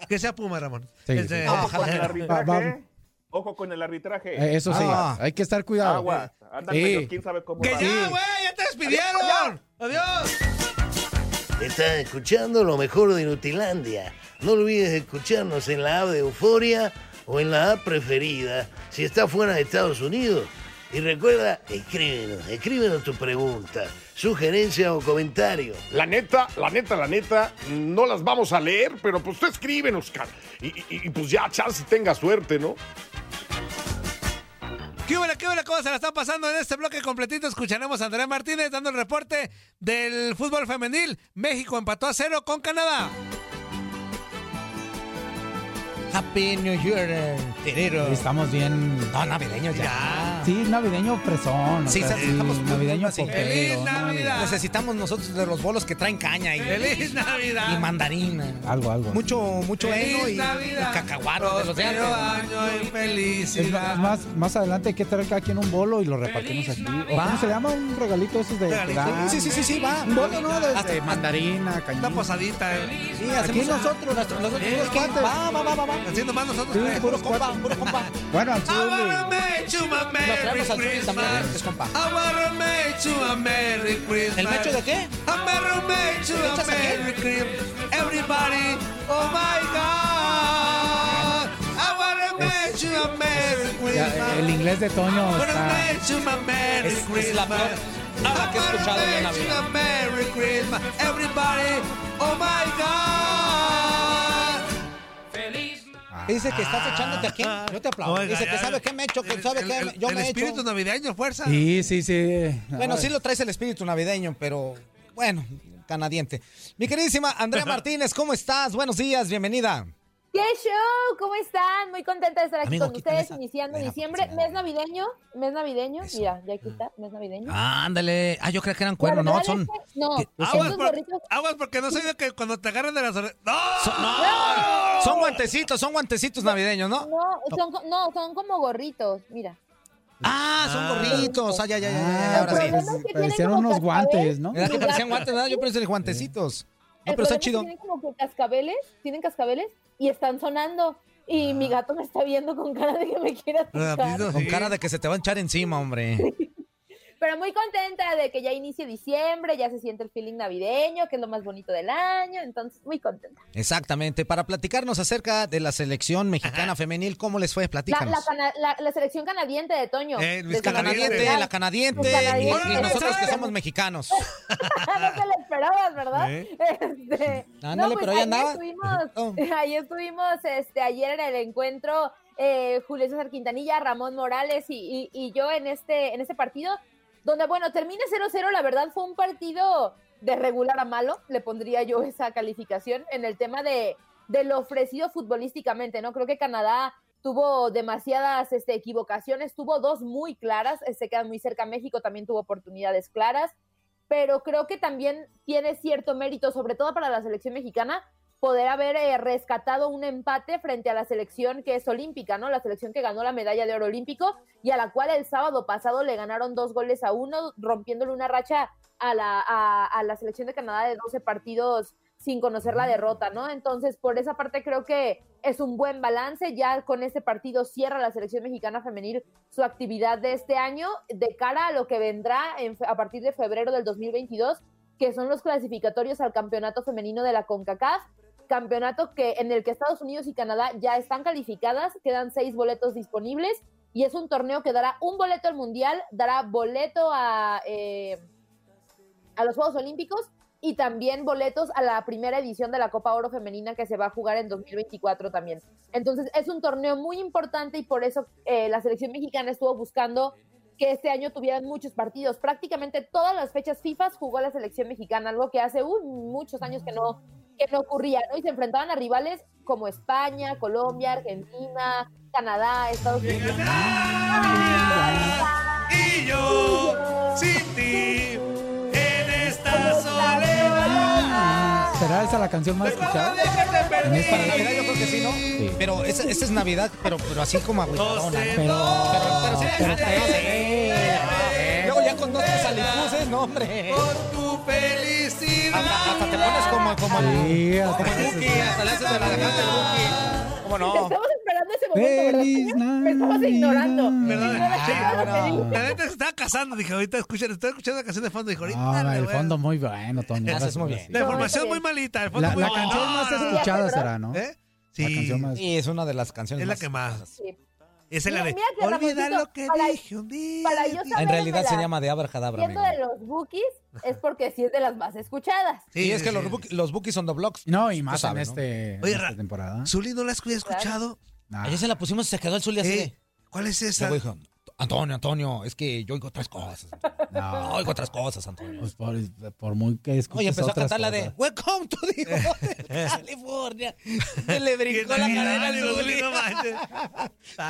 Speaker 8: Que sea Puma, Ramón.
Speaker 7: Sí,
Speaker 8: Este,
Speaker 7: sí.
Speaker 1: Ojo con
Speaker 8: ojalá.
Speaker 1: el
Speaker 7: Va,
Speaker 1: arbitraje.
Speaker 7: va.
Speaker 1: ¿eh? Ojo con el arbitraje.
Speaker 7: Eh, eso sí.
Speaker 4: Ah.
Speaker 7: Hay que estar cuidado.
Speaker 1: Agua. Andan
Speaker 7: Sí.
Speaker 1: medio, quién sabe cómo
Speaker 8: Que
Speaker 1: van.
Speaker 8: ya, güey, ya te despidieron. Adiós.
Speaker 2: Estás escuchando lo mejor de Nutilandia. No olvides escucharnos en la app de Euforia o en la app preferida si estás fuera de Estados Unidos. Y recuerda, escríbenos, escríbenos tu pregunta, sugerencia o comentario.
Speaker 6: La neta, la neta, la neta, no las vamos a leer, pero pues tú escríbenos, cara. Y, y- y, pues ya, chance tenga suerte, ¿no?
Speaker 8: ¿Qué huele, qué huele, cómo se la están pasando en este bloque completito? Escucharemos a Andrea Martínez dando el reporte del fútbol femenil. México empató a cero con Canadá.
Speaker 4: Happy New Year, terero.
Speaker 7: Estamos bien.
Speaker 4: No, navideño ya.
Speaker 7: Sí, navideño presón. o
Speaker 4: Sí,
Speaker 7: sea,
Speaker 4: sí, estamos juntos,
Speaker 7: navideño
Speaker 4: así.
Speaker 7: popero,
Speaker 8: ¡Feliz Navidad!
Speaker 4: Necesitamos nosotros de los bolos que traen caña y,
Speaker 8: ¡Feliz Navidad!
Speaker 4: y mandarina.
Speaker 7: Algo, algo.
Speaker 4: Mucho, mucho heno
Speaker 8: ¡Feliz
Speaker 4: y, y
Speaker 8: Navidad!
Speaker 4: cacahuates de los de antes.
Speaker 8: Próspero año y
Speaker 7: Es
Speaker 8: felicidad.
Speaker 7: más, más- más adelante hay que traer cada quien un bolo y lo repartimos aquí. ¿O
Speaker 4: Va.
Speaker 7: ¿Cómo se llama? Un regalito esos de.
Speaker 8: Regalito.
Speaker 7: que dan.
Speaker 4: Sí, sí, sí, sí, va.
Speaker 7: Un bolo, ¿no? De,
Speaker 4: Hasta-
Speaker 7: de mandarina, cañita.
Speaker 8: Una posadita, eh.
Speaker 4: Sí, hacemos
Speaker 7: Aquí nosotros,
Speaker 4: nosotros, nosotros
Speaker 7: eh,
Speaker 4: los cuates. Va, va, va, va, va.
Speaker 8: Haciendo más nosotros.
Speaker 7: Sí,
Speaker 8: eh.
Speaker 4: Puro
Speaker 7: puros
Speaker 4: compa,
Speaker 7: cuates.
Speaker 4: puro compa.
Speaker 7: Bueno, al
Speaker 4: Ah,
Speaker 8: I wanna
Speaker 7: chile.
Speaker 8: make you a Merry
Speaker 4: traemos al Zuli
Speaker 8: Christmas.
Speaker 4: también, antes, compa.
Speaker 8: I wanna make you a Merry Christmas.
Speaker 4: ¿El mecho de qué?
Speaker 8: A Merry Christmas, a
Speaker 4: echas a qué?
Speaker 8: Merry Christmas. Everybody, oh my God. I wanna make you a Merry
Speaker 7: Ya,
Speaker 8: Christmas.
Speaker 7: el inglés de Toño
Speaker 4: Ah,
Speaker 8: I wanna
Speaker 7: está.
Speaker 8: make you a Merry
Speaker 4: eh, Es-
Speaker 8: Christmas.
Speaker 4: es la peor cosa que he
Speaker 8: I wanna
Speaker 4: escuchado en la
Speaker 8: make you
Speaker 4: Navidad.
Speaker 8: a Merry Christmas. Everybody, oh my God.
Speaker 4: Dice que estás echándote aquí.
Speaker 7: Ah,
Speaker 4: Yo te aplaudo.
Speaker 8: Oiga,
Speaker 4: Dice
Speaker 8: ya,
Speaker 4: que
Speaker 8: ya.
Speaker 4: sabe qué me echo, que
Speaker 8: El-
Speaker 4: sabe
Speaker 8: el-
Speaker 4: qué
Speaker 8: el-
Speaker 4: yo
Speaker 8: el
Speaker 4: me he
Speaker 8: espíritu
Speaker 4: hecho.
Speaker 8: navideño, fuerza.
Speaker 7: Sí, sí, sí.
Speaker 4: Bueno, sí lo traes el espíritu navideño, pero bueno, canadiente. Mi queridísima Andrea Martínez, ¿cómo estás? Buenos días, bienvenida.
Speaker 5: ¿Qué show? ¿Cómo están? Muy contenta de estar aquí
Speaker 4: Amigo,
Speaker 5: con
Speaker 4: quítame
Speaker 5: ustedes,
Speaker 4: esa-
Speaker 5: iniciando
Speaker 4: deja,
Speaker 5: diciembre,
Speaker 4: porque se me
Speaker 5: mes navideño, mes navideño,
Speaker 4: Eso.
Speaker 5: mira, ya aquí está, mes navideño.
Speaker 4: Ándale. Ah, yo creía que eran
Speaker 5: La
Speaker 4: cuernos, no,
Speaker 5: verdad
Speaker 4: son.
Speaker 5: es que- no,
Speaker 4: que- Ah,
Speaker 8: Aguas,
Speaker 5: estos
Speaker 8: por-
Speaker 5: gorritos,
Speaker 8: aguas porque no soy de que cuando te agarran de las orejas. ¡No!
Speaker 4: son- no, son guantecitos, son guantecitos navideños, ¿no?
Speaker 5: no, son, co- no, son como gorritos, mira.
Speaker 4: Ah, son gorritos. Ah, ya, ya, ya, ya, ya,
Speaker 7: Ah,
Speaker 4: ahora sí.
Speaker 5: problema
Speaker 7: pues,
Speaker 5: es que tienen
Speaker 7: parecieron
Speaker 5: como
Speaker 7: unos
Speaker 5: cascabel.
Speaker 7: guantes, ¿no?
Speaker 4: Era que parecían guantes, ¿verdad? Yo pensé en guantecitos. No, pero
Speaker 5: El problema
Speaker 4: está
Speaker 5: es que
Speaker 4: chido.
Speaker 5: Tienen como que cascabeles, tienen cascabeles y están sonando.
Speaker 4: Ah.
Speaker 5: Y mi gato me está viendo con cara de que me quiere atacar.
Speaker 8: Rápido,
Speaker 4: Con
Speaker 8: sí.
Speaker 4: cara de que se te va a echar encima, hombre.
Speaker 5: Pero muy contenta de que ya inicie diciembre, ya se siente el feeling navideño, que es lo más bonito del año, entonces muy contenta.
Speaker 4: Exactamente. Para platicarnos acerca de la selección mexicana femenil, ¿cómo les fue?
Speaker 5: La, la
Speaker 4: Platícanos.
Speaker 5: cana- la- la selección canadiense de Toño.
Speaker 8: Eh, Luis
Speaker 5: Desde
Speaker 4: La
Speaker 8: Canadiense.
Speaker 4: canadiente, la canadiente,
Speaker 5: Los
Speaker 4: y,
Speaker 5: canadienses.
Speaker 4: y nosotros que
Speaker 8: Bueno,
Speaker 4: somos mexicanos.
Speaker 5: no te la esperabas, ¿verdad?
Speaker 8: ¿Eh?
Speaker 5: Este,
Speaker 4: Ándale, pero ahí
Speaker 5: ayer
Speaker 4: andaba. Oh.
Speaker 5: Estuvimos, ahí estuvimos este, ayer en el encuentro eh, Julio César Quintanilla, Ramón Morales y, y- y yo en este, en este partido, donde, bueno, termina 0-0, la verdad fue un partido de regular a malo, le pondría yo esa calificación en el tema de, de lo ofrecido futbolísticamente, ¿no? Creo que Canadá tuvo demasiadas este, equivocaciones, tuvo dos muy claras, eh, se quedan muy cerca México, también tuvo oportunidades claras, pero creo que también tiene cierto mérito, sobre todo para la selección mexicana, poder haber eh, rescatado un empate frente a la selección que es olímpica, ¿no? La selección que ganó la medalla de oro olímpico y a la cual el sábado pasado le ganaron dos goles a uno, rompiéndole una racha a la, a- a la selección de Canadá de 12 partidos sin conocer la derrota, ¿no? Entonces, por esa parte creo que es un buen balance. Ya con este partido cierra la selección mexicana femenil su actividad de este año de cara a lo que vendrá en fe- a partir de febrero del 2022, que son los clasificatorios al campeonato femenino de la CONCACAF, campeonato que en el que Estados Unidos y Canadá ya están calificadas, quedan seis boletos disponibles y es un torneo que dará un boleto al mundial, dará boleto a eh, a los Juegos Olímpicos y también boletos a la primera edición de la Copa Oro Femenina que se va a jugar en 2024 también. Entonces es un torneo muy importante y por eso eh, la selección mexicana estuvo buscando que este año tuvieran muchos partidos. Prácticamente todas las fechas FIFA jugó la selección mexicana, algo que hace uh, muchos años que no, que no ocurría, ¿no? Y se enfrentaban a rivales como España, Colombia, Argentina, Canadá, Estados Unidos.
Speaker 4: Y yo sin ti en esta soledad.
Speaker 7: ¿Será esa la canción más escuchada? En esta
Speaker 3: Para Navidad yo creo que sí, ¿no?
Speaker 7: Sí.
Speaker 3: Pero esa, esa es Navidad, pero, pero así como agüitadona, ¿no?
Speaker 7: Pero.
Speaker 3: Pero, pero sí,
Speaker 7: pero-
Speaker 3: no sé. Luego ya con dos tres alicuces, no, hombre.
Speaker 4: tu felicidad.
Speaker 3: Hasta, hasta te pones como, como el,
Speaker 7: Sí, hasta
Speaker 3: como el
Speaker 7: que
Speaker 3: Buki,
Speaker 7: se-
Speaker 3: hasta le haces de la garganta al Buki. ¿Cómo no?
Speaker 5: Estamos esperando ese momento, ¿verdad?
Speaker 7: Feliz
Speaker 5: Me estabas
Speaker 7: Navidad.
Speaker 5: ignorando.
Speaker 7: ¿Verdad?
Speaker 5: Ignorando
Speaker 3: Sí,
Speaker 5: todo lo que
Speaker 3: bueno.
Speaker 5: dije.
Speaker 4: La neta se estaba casando, dije, ahorita escuchen, estoy escuchando la canción de fondo, dije, ahorita.
Speaker 7: Ah,
Speaker 4: le
Speaker 7: el
Speaker 4: voy a-
Speaker 7: fondo muy bueno, Tony. ahora
Speaker 3: Haces
Speaker 7: sí,
Speaker 3: muy
Speaker 7: ahora
Speaker 3: bien.
Speaker 7: sí.
Speaker 4: La
Speaker 5: No,
Speaker 4: información
Speaker 5: está
Speaker 4: muy malita, el fondo
Speaker 7: La,
Speaker 4: muy
Speaker 7: la
Speaker 4: malo.
Speaker 7: canción más
Speaker 4: No, no, no.
Speaker 7: escuchada
Speaker 5: ¿verdad?
Speaker 7: será, ¿no?
Speaker 4: ¿Eh?
Speaker 7: La
Speaker 4: Sí,
Speaker 7: canción más.
Speaker 3: Sí, es una de las canciones
Speaker 4: es la que más.
Speaker 5: Sí.
Speaker 4: Esa es la
Speaker 5: Mira,
Speaker 4: de.
Speaker 5: mira que
Speaker 4: Olvida
Speaker 5: Ramoncito,
Speaker 4: lo que
Speaker 5: para-
Speaker 4: dije un día.
Speaker 5: para
Speaker 4: de
Speaker 5: yo
Speaker 4: ti".
Speaker 5: saber-
Speaker 3: En realidad se
Speaker 5: Dámela.
Speaker 3: llama de Abracadabra,
Speaker 5: Siendo
Speaker 3: amigo.
Speaker 5: de los bookies, es porque sí es de las más escuchadas.
Speaker 4: Sí,
Speaker 3: y es
Speaker 4: sí,
Speaker 3: que
Speaker 4: sí,
Speaker 3: los,
Speaker 4: sí.
Speaker 3: buki- los Bookies on the Blocks.
Speaker 7: No, y
Speaker 3: Tú
Speaker 7: más en
Speaker 3: sabes, ¿no? Ah.
Speaker 7: este,
Speaker 4: Oye,
Speaker 7: en esta
Speaker 4: Ra-
Speaker 7: temporada.
Speaker 4: Zully no la había escuchado.
Speaker 7: Nah.
Speaker 3: Ayer se la pusimos y se quedó el Zuli así
Speaker 4: ¿Eh?
Speaker 3: de...
Speaker 4: ¿Cuál es
Speaker 3: Y
Speaker 4: esa?
Speaker 3: luego dijo, Antonio, Antonio, es que yo oigo otras cosas.
Speaker 7: No.
Speaker 3: Oigo otras cosas, Antonio.
Speaker 7: Pues por, por muy que escuches
Speaker 3: Oye, empezó a
Speaker 7: otras
Speaker 3: cantar la de
Speaker 7: cosas.
Speaker 3: Welcome to the Hotel California. Se le brincó la cadera al Zuli.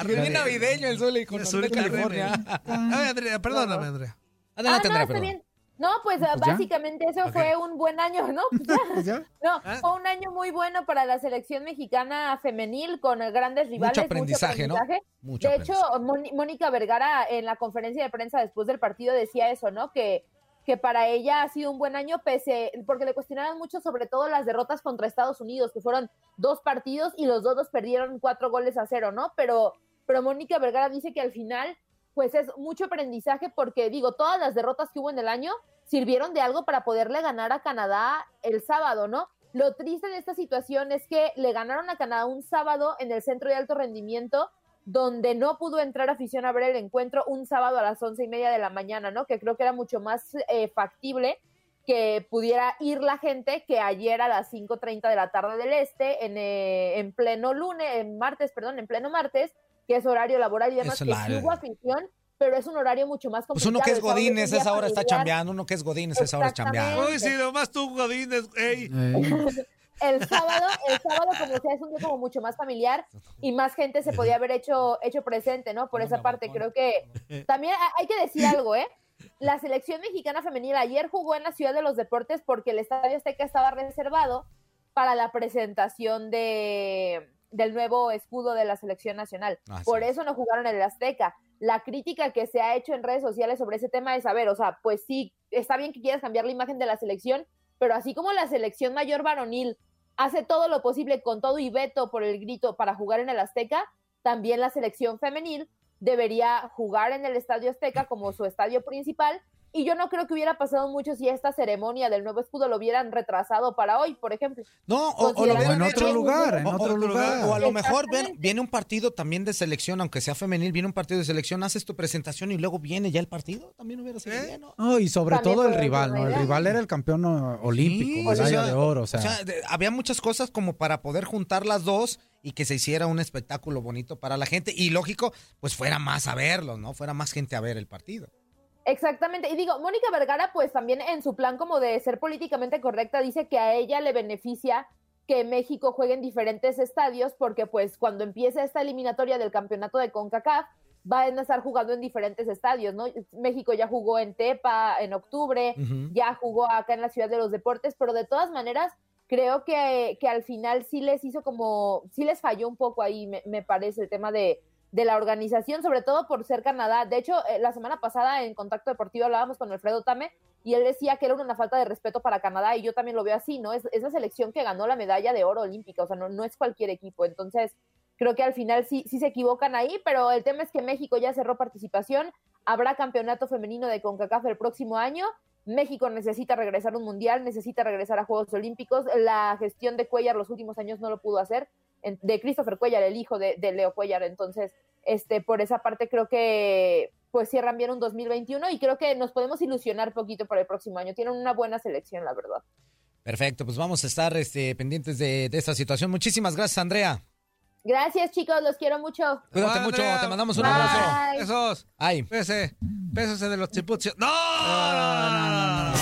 Speaker 3: Bien
Speaker 7: Bien
Speaker 3: navideño el Zuli con Zuli California.
Speaker 4: Ah, California. Perdóname, Andrea.
Speaker 3: Adelante,
Speaker 5: ah, no,
Speaker 3: Andrea,
Speaker 5: está
Speaker 3: perdón.
Speaker 5: bien. No, pues
Speaker 7: ya.
Speaker 5: básicamente eso fue un buen año, ¿no? Pues ya.
Speaker 7: Pues ya.
Speaker 5: No,
Speaker 4: Ah.
Speaker 5: fue un año muy bueno para la selección mexicana femenil con eh, grandes rivales.
Speaker 3: aprendizaje, ¿no? Mucho
Speaker 5: De hecho,
Speaker 3: aprendizaje.
Speaker 5: Moni- Mónica Vergara en la conferencia de prensa después del partido decía eso, ¿no? Que, que para ella ha sido un buen año, pese, porque le cuestionaban mucho sobre todo las derrotas contra Estados Unidos, que fueron dos partidos y los dos los perdieron cuatro goles a cero, ¿no? Pero, pero Mónica Vergara dice que al final, pues es mucho aprendizaje porque, digo, todas las derrotas que hubo en el año sirvieron de algo para poderle ganar a Canadá el sábado, ¿no? Lo triste de esta situación es que le ganaron a Canadá un sábado en el centro de alto rendimiento, donde no pudo entrar afición a ver el encuentro un sábado a las once y media de la mañana, ¿no? Que creo que era mucho más eh, factible que pudiera ir la gente que ayer a las 5.30 de la tarde del este, en, eh, en pleno lunes, en martes, perdón, en pleno martes, que es horario laboral y demás,
Speaker 3: Es el
Speaker 5: que sí
Speaker 3: horario.
Speaker 5: hubo afición, pero es un horario mucho más
Speaker 3: Pues
Speaker 5: complicado.
Speaker 3: uno que es
Speaker 5: el sábado
Speaker 3: Godínez,
Speaker 5: un día
Speaker 3: esa hora está
Speaker 5: familiar.
Speaker 3: chambeando. Uno que es Godínez, esa hora está chambeando.
Speaker 5: Exactamente.
Speaker 4: Uy, sí, nomás tú, Godínez. Ey.
Speaker 7: Eh,
Speaker 5: el sábado, el sábado como sea es un día como mucho más familiar y más gente se podía haber hecho, hecho presente, ¿no? Por
Speaker 3: No,
Speaker 5: esa
Speaker 3: no,
Speaker 5: parte,
Speaker 3: no.
Speaker 5: creo que también ha- hay que decir algo, ¿eh? La selección mexicana femenina ayer jugó en la Ciudad de los Deportes porque el Estadio Azteca estaba reservado para la presentación de, del nuevo escudo de la selección nacional.
Speaker 3: Ah, sí.
Speaker 5: Por eso no jugaron en el Azteca. La crítica que se ha hecho en redes sociales sobre ese tema es, a ver, o sea, pues sí, está bien que quieras cambiar la imagen de la selección, pero así como la selección mayor varonil hace todo lo posible con todo y veto por el grito para jugar en el Azteca, también la selección femenil debería jugar en el Estadio Azteca como su estadio principal. Y yo no creo que hubiera pasado mucho si esta ceremonia del nuevo escudo lo hubieran retrasado para hoy, por ejemplo.
Speaker 3: No, o, o lo
Speaker 5: Considerando
Speaker 7: o
Speaker 3: hubieran
Speaker 7: en otro
Speaker 3: hecho-
Speaker 7: lugar, en
Speaker 3: O- o-
Speaker 4: otro
Speaker 7: otro
Speaker 4: lugar.
Speaker 7: lugar.
Speaker 3: O a lo mejor ven-
Speaker 5: Exactamente.
Speaker 3: viene un partido también de selección, aunque sea femenil, viene un partido de selección, haces tu presentación y luego viene ya el partido. También hubiera sido
Speaker 4: ¿Eh?
Speaker 3: bien, ¿no?
Speaker 7: No, y sobre
Speaker 5: También
Speaker 7: todo el
Speaker 5: fue
Speaker 7: rival,
Speaker 5: una
Speaker 7: ¿no? El
Speaker 5: idea.
Speaker 7: rival era el campeón o- olímpico,
Speaker 3: Sí,
Speaker 7: medalla de oro, o sea.
Speaker 3: de- había muchas cosas como para poder juntar las dos y que se hiciera un espectáculo bonito para la gente. Y lógico, pues fuera más a verlo, ¿no? Fuera más gente a ver el partido.
Speaker 5: Exactamente. Y digo, Mónica Vergara, pues también en su plan como de ser políticamente correcta, dice que a ella le beneficia que México juegue en diferentes estadios, porque pues cuando empiece esta eliminatoria del campeonato de CONCACAF, van a estar jugando en diferentes estadios, ¿no? México ya jugó en Tepa en octubre,
Speaker 3: Ujú.
Speaker 5: ya jugó acá en la Ciudad de los Deportes, pero de todas maneras, creo que, que al final sí les hizo como, sí les falló un poco ahí, me, me parece, el tema de, de la organización, sobre todo por ser Canadá. De hecho, eh, la semana pasada en Contacto Deportivo hablábamos con Alfredo Tame y él decía que era una falta de respeto para Canadá y yo también lo veo así, ¿no? Es, es la selección que ganó la medalla de oro olímpica, o sea, no, no es cualquier equipo. Entonces, creo que al final sí, sí se equivocan ahí, pero el tema es que México ya cerró participación, habrá campeonato femenino de CONCACAF el próximo año. México necesita regresar a un mundial, necesita regresar a Juegos Olímpicos. La gestión de Cuellar los últimos años no lo pudo hacer, en- de Christopher Cuellar, el hijo de, de Leo Cuellar. Entonces, este, por esa parte creo que pues cierran bien un 2021 y creo que nos podemos ilusionar poquito para el próximo año. Tienen una buena selección, la verdad.
Speaker 3: Perfecto, pues vamos a estar este, pendientes de, de esta situación. Muchísimas gracias, Andrea.
Speaker 5: Gracias, chicos, los quiero mucho.
Speaker 3: Cuídate
Speaker 4: Bye,
Speaker 3: mucho,
Speaker 4: Andrea.
Speaker 3: te mandamos un
Speaker 5: Bye.
Speaker 3: abrazo.
Speaker 5: Ay.
Speaker 4: Besos.
Speaker 3: Ay.
Speaker 4: Pese. Besos de los chipuchos. ¡No! no, no, no, no, no.
Speaker 2: Eh,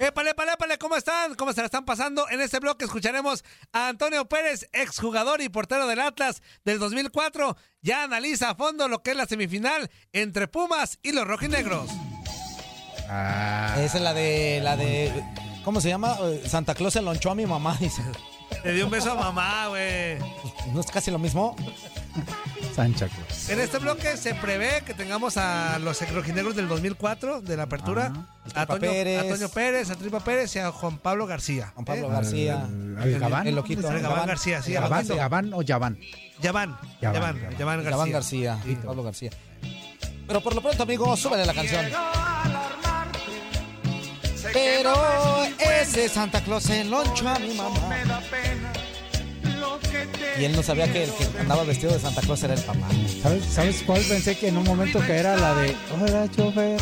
Speaker 4: Épale, épale, épale, ¿cómo están? ¿Cómo se la están pasando? En este bloque escucharemos a Antonio Pérez, exjugador y portero del Atlas del 2004. Ya analiza a fondo lo que es la semifinal entre Pumas y los rojinegros.
Speaker 3: Esa es la de, la de, ¿cómo se llama? Eh, Santa Claus se lonchó a mi mamá, dice.
Speaker 4: Le dio un beso a mamá, güey.
Speaker 3: ¿No es casi lo mismo?
Speaker 7: Sancha Cruz.
Speaker 4: En este bloque se prevé que tengamos a los rojinegros del 2004, de la apertura.
Speaker 3: Ajá.
Speaker 4: A Toño- a Toño
Speaker 3: Pérez.
Speaker 4: Pérez. a Tripa Pérez y a Juan Pablo García.
Speaker 3: Juan Pablo
Speaker 4: ¿eh?
Speaker 3: García.
Speaker 7: Al- al Gabán.
Speaker 3: El loquito.
Speaker 4: Al Gabán García, sí, al
Speaker 7: ¿Yaván,
Speaker 4: Loquito.
Speaker 7: Yaván o Yaván?
Speaker 4: Yaván,
Speaker 7: Yaván,
Speaker 4: Yaván,
Speaker 7: Yaván.
Speaker 4: Yaván García.
Speaker 3: Iván García.
Speaker 4: Sí.
Speaker 3: Pablo García. Pero por lo pronto, amigo, súbele la canción. Pero ese Santa Claus se lonchó a mi mamá. Y él no sabía que el que andaba vestido de Santa Claus era el papá.
Speaker 7: ¿Sabes, ¿Sabes cuál? Pensé que en un momento que era la de... Hola, chofer.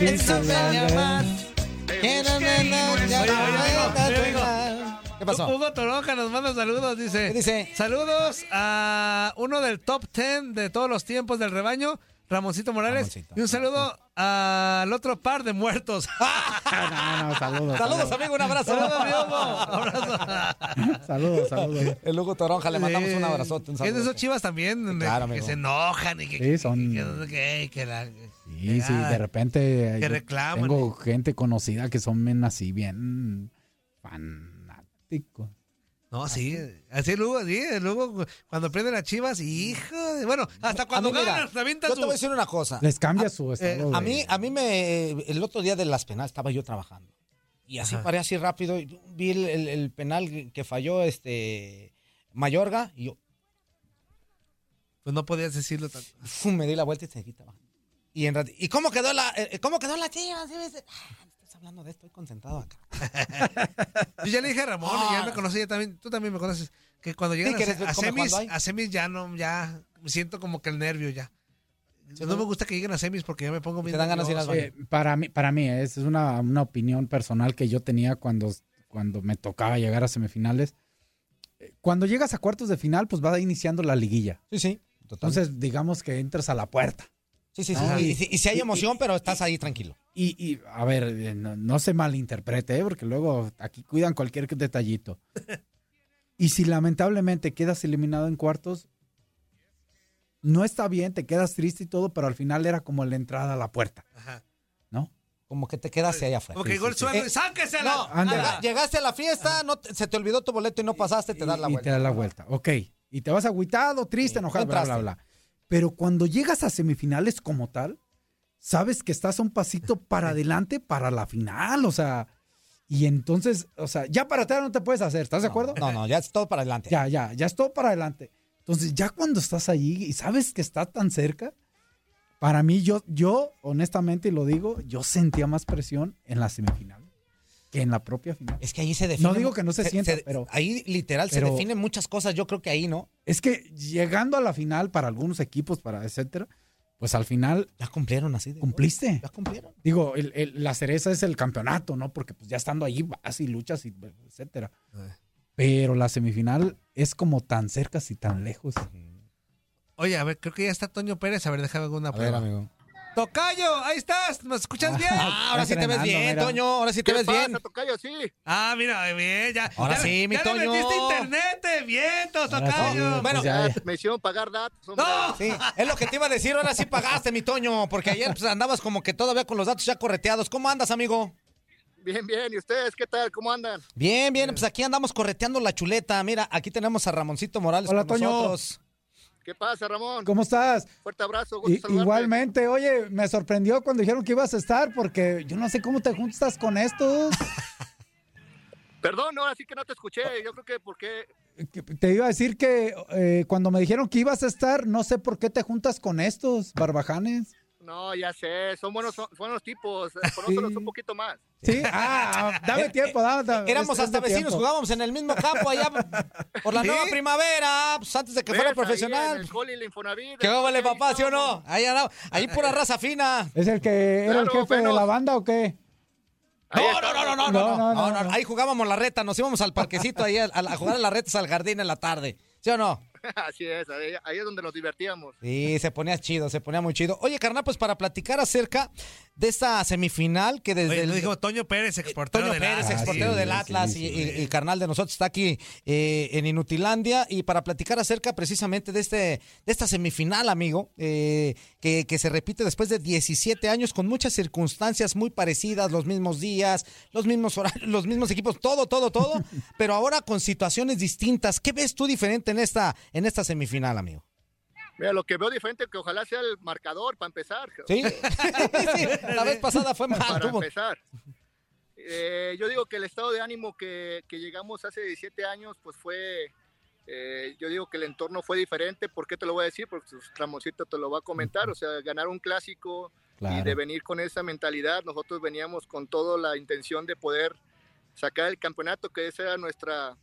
Speaker 3: Eso me llamas. Que no me lo llamas.
Speaker 4: oye, amigo,
Speaker 3: ¿Qué pasó?
Speaker 4: Hugo Toroja nos manda saludos, dice.
Speaker 3: ¿Qué dice?
Speaker 4: Saludos a uno del top 10 de todos los tiempos del rebaño, Ramoncito Morales.
Speaker 3: Ramoncito.
Speaker 4: Y un saludo al otro par de muertos.
Speaker 7: Ah, No, no, saludos.
Speaker 3: Saludos, amigo, un abrazo.
Speaker 4: saludos, mi Hugo. Abrazo.
Speaker 7: Saludos, saludos.
Speaker 3: El Hugo Toronja, le mandamos un abrazote. Un
Speaker 4: Es de esos
Speaker 3: saludote.
Speaker 4: chivas también, de-
Speaker 3: claro,
Speaker 4: que
Speaker 3: amigo.
Speaker 4: se enojan y que...
Speaker 7: Sí, son-
Speaker 4: y que- que- que ah, la-
Speaker 7: Sí, sí,
Speaker 4: nada.
Speaker 7: de repente...
Speaker 4: Que
Speaker 7: yo
Speaker 4: reclaman.
Speaker 7: Tengo gente conocida que son bien así, bien fanáticos.
Speaker 4: No, sí. Así el Hugo, sí. El Hugo, eh, cuando prende las chivas, hijo de- Bueno, hasta
Speaker 3: A mí,
Speaker 4: cuando
Speaker 3: Ah, mira,
Speaker 4: ganan, hasta avientan
Speaker 3: yo te
Speaker 4: su- Eh,
Speaker 3: voy a decir una cosa.
Speaker 7: Les cambia su estado
Speaker 3: eh, A
Speaker 7: de- eh,
Speaker 3: mí, a mí me. eh, El otro día de las penales estaba yo trabajando. Y así paré así rápido. y Vi el, el- el penal que falló este Mayorga. Y yo
Speaker 4: Pues no podías decirlo tanto.
Speaker 3: ¡fum! me di la vuelta y seguí trabajando. Y en rat- ¿Y cómo quedó la, eh, cómo quedó la chiva? Sí, me dice, "Ah, no estás hablando de esto, estoy concentrado acá.
Speaker 4: Yo ya le dije a Ramón, y ya
Speaker 3: Ah.
Speaker 4: me conoce, ya también, tú también me conoces, que cuando llegan
Speaker 3: Sí, que
Speaker 4: a,
Speaker 3: eres
Speaker 4: a
Speaker 3: como
Speaker 4: semis,
Speaker 3: cuando hay.
Speaker 4: a semis ya no, ya me siento como que el nervio ya. no me gusta que lleguen a semis porque ya me pongo
Speaker 3: Y te
Speaker 4: bien.
Speaker 3: dan ganas de ir al
Speaker 4: nervioso.
Speaker 7: Eh, para mí, para mí es una, una opinión personal que yo tenía cuando, cuando me tocaba llegar a semifinales. Eh, Cuando llegas a cuartos de final, pues va iniciando la liguilla.
Speaker 3: Sí, sí. Entonces,
Speaker 7: Entonces, digamos que entras a la puerta.
Speaker 3: sí, sí, sí.
Speaker 7: Ah,
Speaker 3: y,
Speaker 7: y-
Speaker 3: si- y si hay emoción, pero estás ahí tranquilo.
Speaker 7: Y, y, a ver, eh, no, no se malinterprete, ¿eh? porque luego aquí cuidan cualquier detallito. Y si lamentablemente quedas eliminado en cuartos, no está bien, te quedas triste y todo, pero al final era como la entrada a la puerta,
Speaker 4: Ajá.
Speaker 7: ¿no?
Speaker 3: Como que te quedas allá afuera.
Speaker 4: Porque llegó el suelo
Speaker 3: Eh,
Speaker 4: y sáquesela.
Speaker 3: No,
Speaker 7: Ándale.
Speaker 3: llega- llegaste a la fiesta, no te- se te olvidó tu boleto y no pasaste, te das la
Speaker 7: y, y
Speaker 3: vuelta.
Speaker 7: te da la vuelta. Ok. Y te vas agüitado, triste,
Speaker 3: Sí,
Speaker 7: enojado, bla, bla,
Speaker 3: contraste.
Speaker 7: bla. Pero cuando llegas a semifinales como tal, sabes que estás a un pasito para adelante para la final. O sea, y entonces, o sea, ya para atrás no te puedes hacer, ¿estás de
Speaker 3: No,
Speaker 7: acuerdo?
Speaker 3: No, no, ya es todo para adelante.
Speaker 7: Ya, ya, ya es todo para adelante. Entonces, ya cuando estás allí y sabes que está tan cerca, para mí, yo, yo, honestamente, y lo digo, yo sentía más presión en la semifinal que en la propia final.
Speaker 3: Es que ahí se define.
Speaker 7: No digo que no se sienta, pero-
Speaker 3: Ahí literal se
Speaker 7: pero-
Speaker 3: definen muchas cosas. Yo creo que ahí, ¿no?
Speaker 7: Es que llegando a la final para algunos equipos, para etcétera, pues al final
Speaker 3: Ya cumplieron así. de-
Speaker 7: cumpliste.
Speaker 3: Ya cumplieron.
Speaker 7: Digo, el- el- la cereza es el campeonato, ¿no? Porque pues ya estando ahí vas y luchas y etcétera.
Speaker 4: Eh.
Speaker 7: Pero la semifinal es como tan cerca y tan lejos.
Speaker 4: Oye, a ver, creo que ya está Toño Pérez. A ver, déjame alguna
Speaker 3: A ver,
Speaker 4: prueba.
Speaker 3: amigo.
Speaker 4: Tocayo, ahí estás. ¿Nos escuchas bien?
Speaker 3: Ah, ahora sí te ves
Speaker 7: entrenando,
Speaker 3: bien,
Speaker 7: mira.
Speaker 3: Toño. Ahora sí te ves bien.
Speaker 4: Ah, mira, bien, ya.
Speaker 3: Ahora
Speaker 4: ya-
Speaker 3: sí, mi
Speaker 4: ya
Speaker 3: Toño.
Speaker 4: le metiste internet, eh, vientos,
Speaker 7: Ahora sí,
Speaker 4: Tocayo.
Speaker 7: pues
Speaker 3: Bueno,
Speaker 7: ya, ya.
Speaker 4: ¡No!
Speaker 3: Sí, es lo que te iba a decir. Ahora sí pagaste, mi Toño. Porque ayer pues, andabas como que todavía con los datos ya correteados. ¿Cómo andas, amigo? Bien, bien. ¿Y ustedes qué tal? ¿Cómo andan?
Speaker 4: Bien, bien, pues aquí andamos correteando la chuleta. Mira, aquí tenemos a Ramoncito Morales
Speaker 7: Hola,
Speaker 4: con
Speaker 7: Toño.
Speaker 4: nosotros.
Speaker 3: ¿Qué pasa, Ramón?
Speaker 7: ¿Cómo estás?
Speaker 3: Fuerte abrazo, gusto
Speaker 7: I-
Speaker 3: saludarte.
Speaker 7: igualmente, oye, me sorprendió cuando dijeron que ibas a estar porque yo no sé cómo te juntas con estos.
Speaker 3: Perdón, no, así que no te escuché. Yo creo que porque
Speaker 7: Que- Te iba a decir que eh, cuando me dijeron que ibas a estar, no sé por qué te juntas con estos barbajanes.
Speaker 3: no, ya sé, son buenos, son buenos tipos. Conócelos un poquito más.
Speaker 7: Sí, ah, ah, dame tiempo, dame, dame-
Speaker 4: Éramos
Speaker 7: es- es
Speaker 4: hasta
Speaker 7: de
Speaker 4: vecinos,
Speaker 7: tiempo.
Speaker 4: jugábamos en el mismo campo allá por la nueva primavera, pues antes de que
Speaker 3: ¿Ves?
Speaker 4: fuera
Speaker 3: Ahí en
Speaker 4: profesional.
Speaker 3: el Coli, la Infonavit,
Speaker 4: ¿Qué
Speaker 3: ahí
Speaker 4: vale,
Speaker 3: estábamos.
Speaker 4: papá, sí o no? Ahí andaba, ahí pura raza fina.
Speaker 7: ¿Es el que era el
Speaker 3: Claro,
Speaker 7: jefe de
Speaker 3: menos.
Speaker 7: la banda o qué?
Speaker 3: Ahí
Speaker 4: No, no, no, no, no, no, no,
Speaker 7: No,
Speaker 4: no,
Speaker 7: no, no,
Speaker 4: no.
Speaker 7: no.
Speaker 4: Ahí jugábamos la reta, nos íbamos al parquecito ahí a, a jugar a las retas al jardín en la tarde. ¿Sí o no?
Speaker 3: Así es, ahí, ahí es donde nos divertíamos.
Speaker 4: Sí, se ponía chido, se ponía muy chido. Oye, carnal, pues para platicar acerca de esta semifinal que desde
Speaker 8: Oye,
Speaker 4: el
Speaker 8: lo dijo Toño Pérez, exportero
Speaker 4: Eh, Toño
Speaker 8: del
Speaker 4: Pérez,
Speaker 8: Atlas.
Speaker 4: exportero
Speaker 7: sí,
Speaker 4: del
Speaker 7: sí,
Speaker 4: Atlas
Speaker 7: sí,
Speaker 4: y,
Speaker 7: sí.
Speaker 4: y- y carnal de nosotros, está aquí eh, en Inutilandia. Y para platicar acerca precisamente de, este, de esta semifinal, amigo, eh, que, que se repite después de 17 años con muchas circunstancias muy parecidas, los mismos días, los mismos horarios, los mismos equipos, todo, todo, todo, pero ahora con situaciones distintas. ¿Qué ves tú diferente en esta, en esta semifinal, amigo?
Speaker 3: Mira, lo que veo diferente que ojalá sea el marcador para empezar.
Speaker 4: ¿Sí? Sí, la vez pasada fue mal.
Speaker 3: para
Speaker 4: tuvo-
Speaker 3: empezar. Eh, yo digo que el estado de ánimo que, que llegamos hace 17 años, pues fue, eh, yo digo que el entorno fue diferente. ¿Por qué te lo voy a decir? Porque pues, Ramoncito te lo va a comentar. O sea, ganar un clásico y de venir con esa mentalidad, nosotros veníamos con toda la intención de poder sacar el campeonato, que ese era nuestra,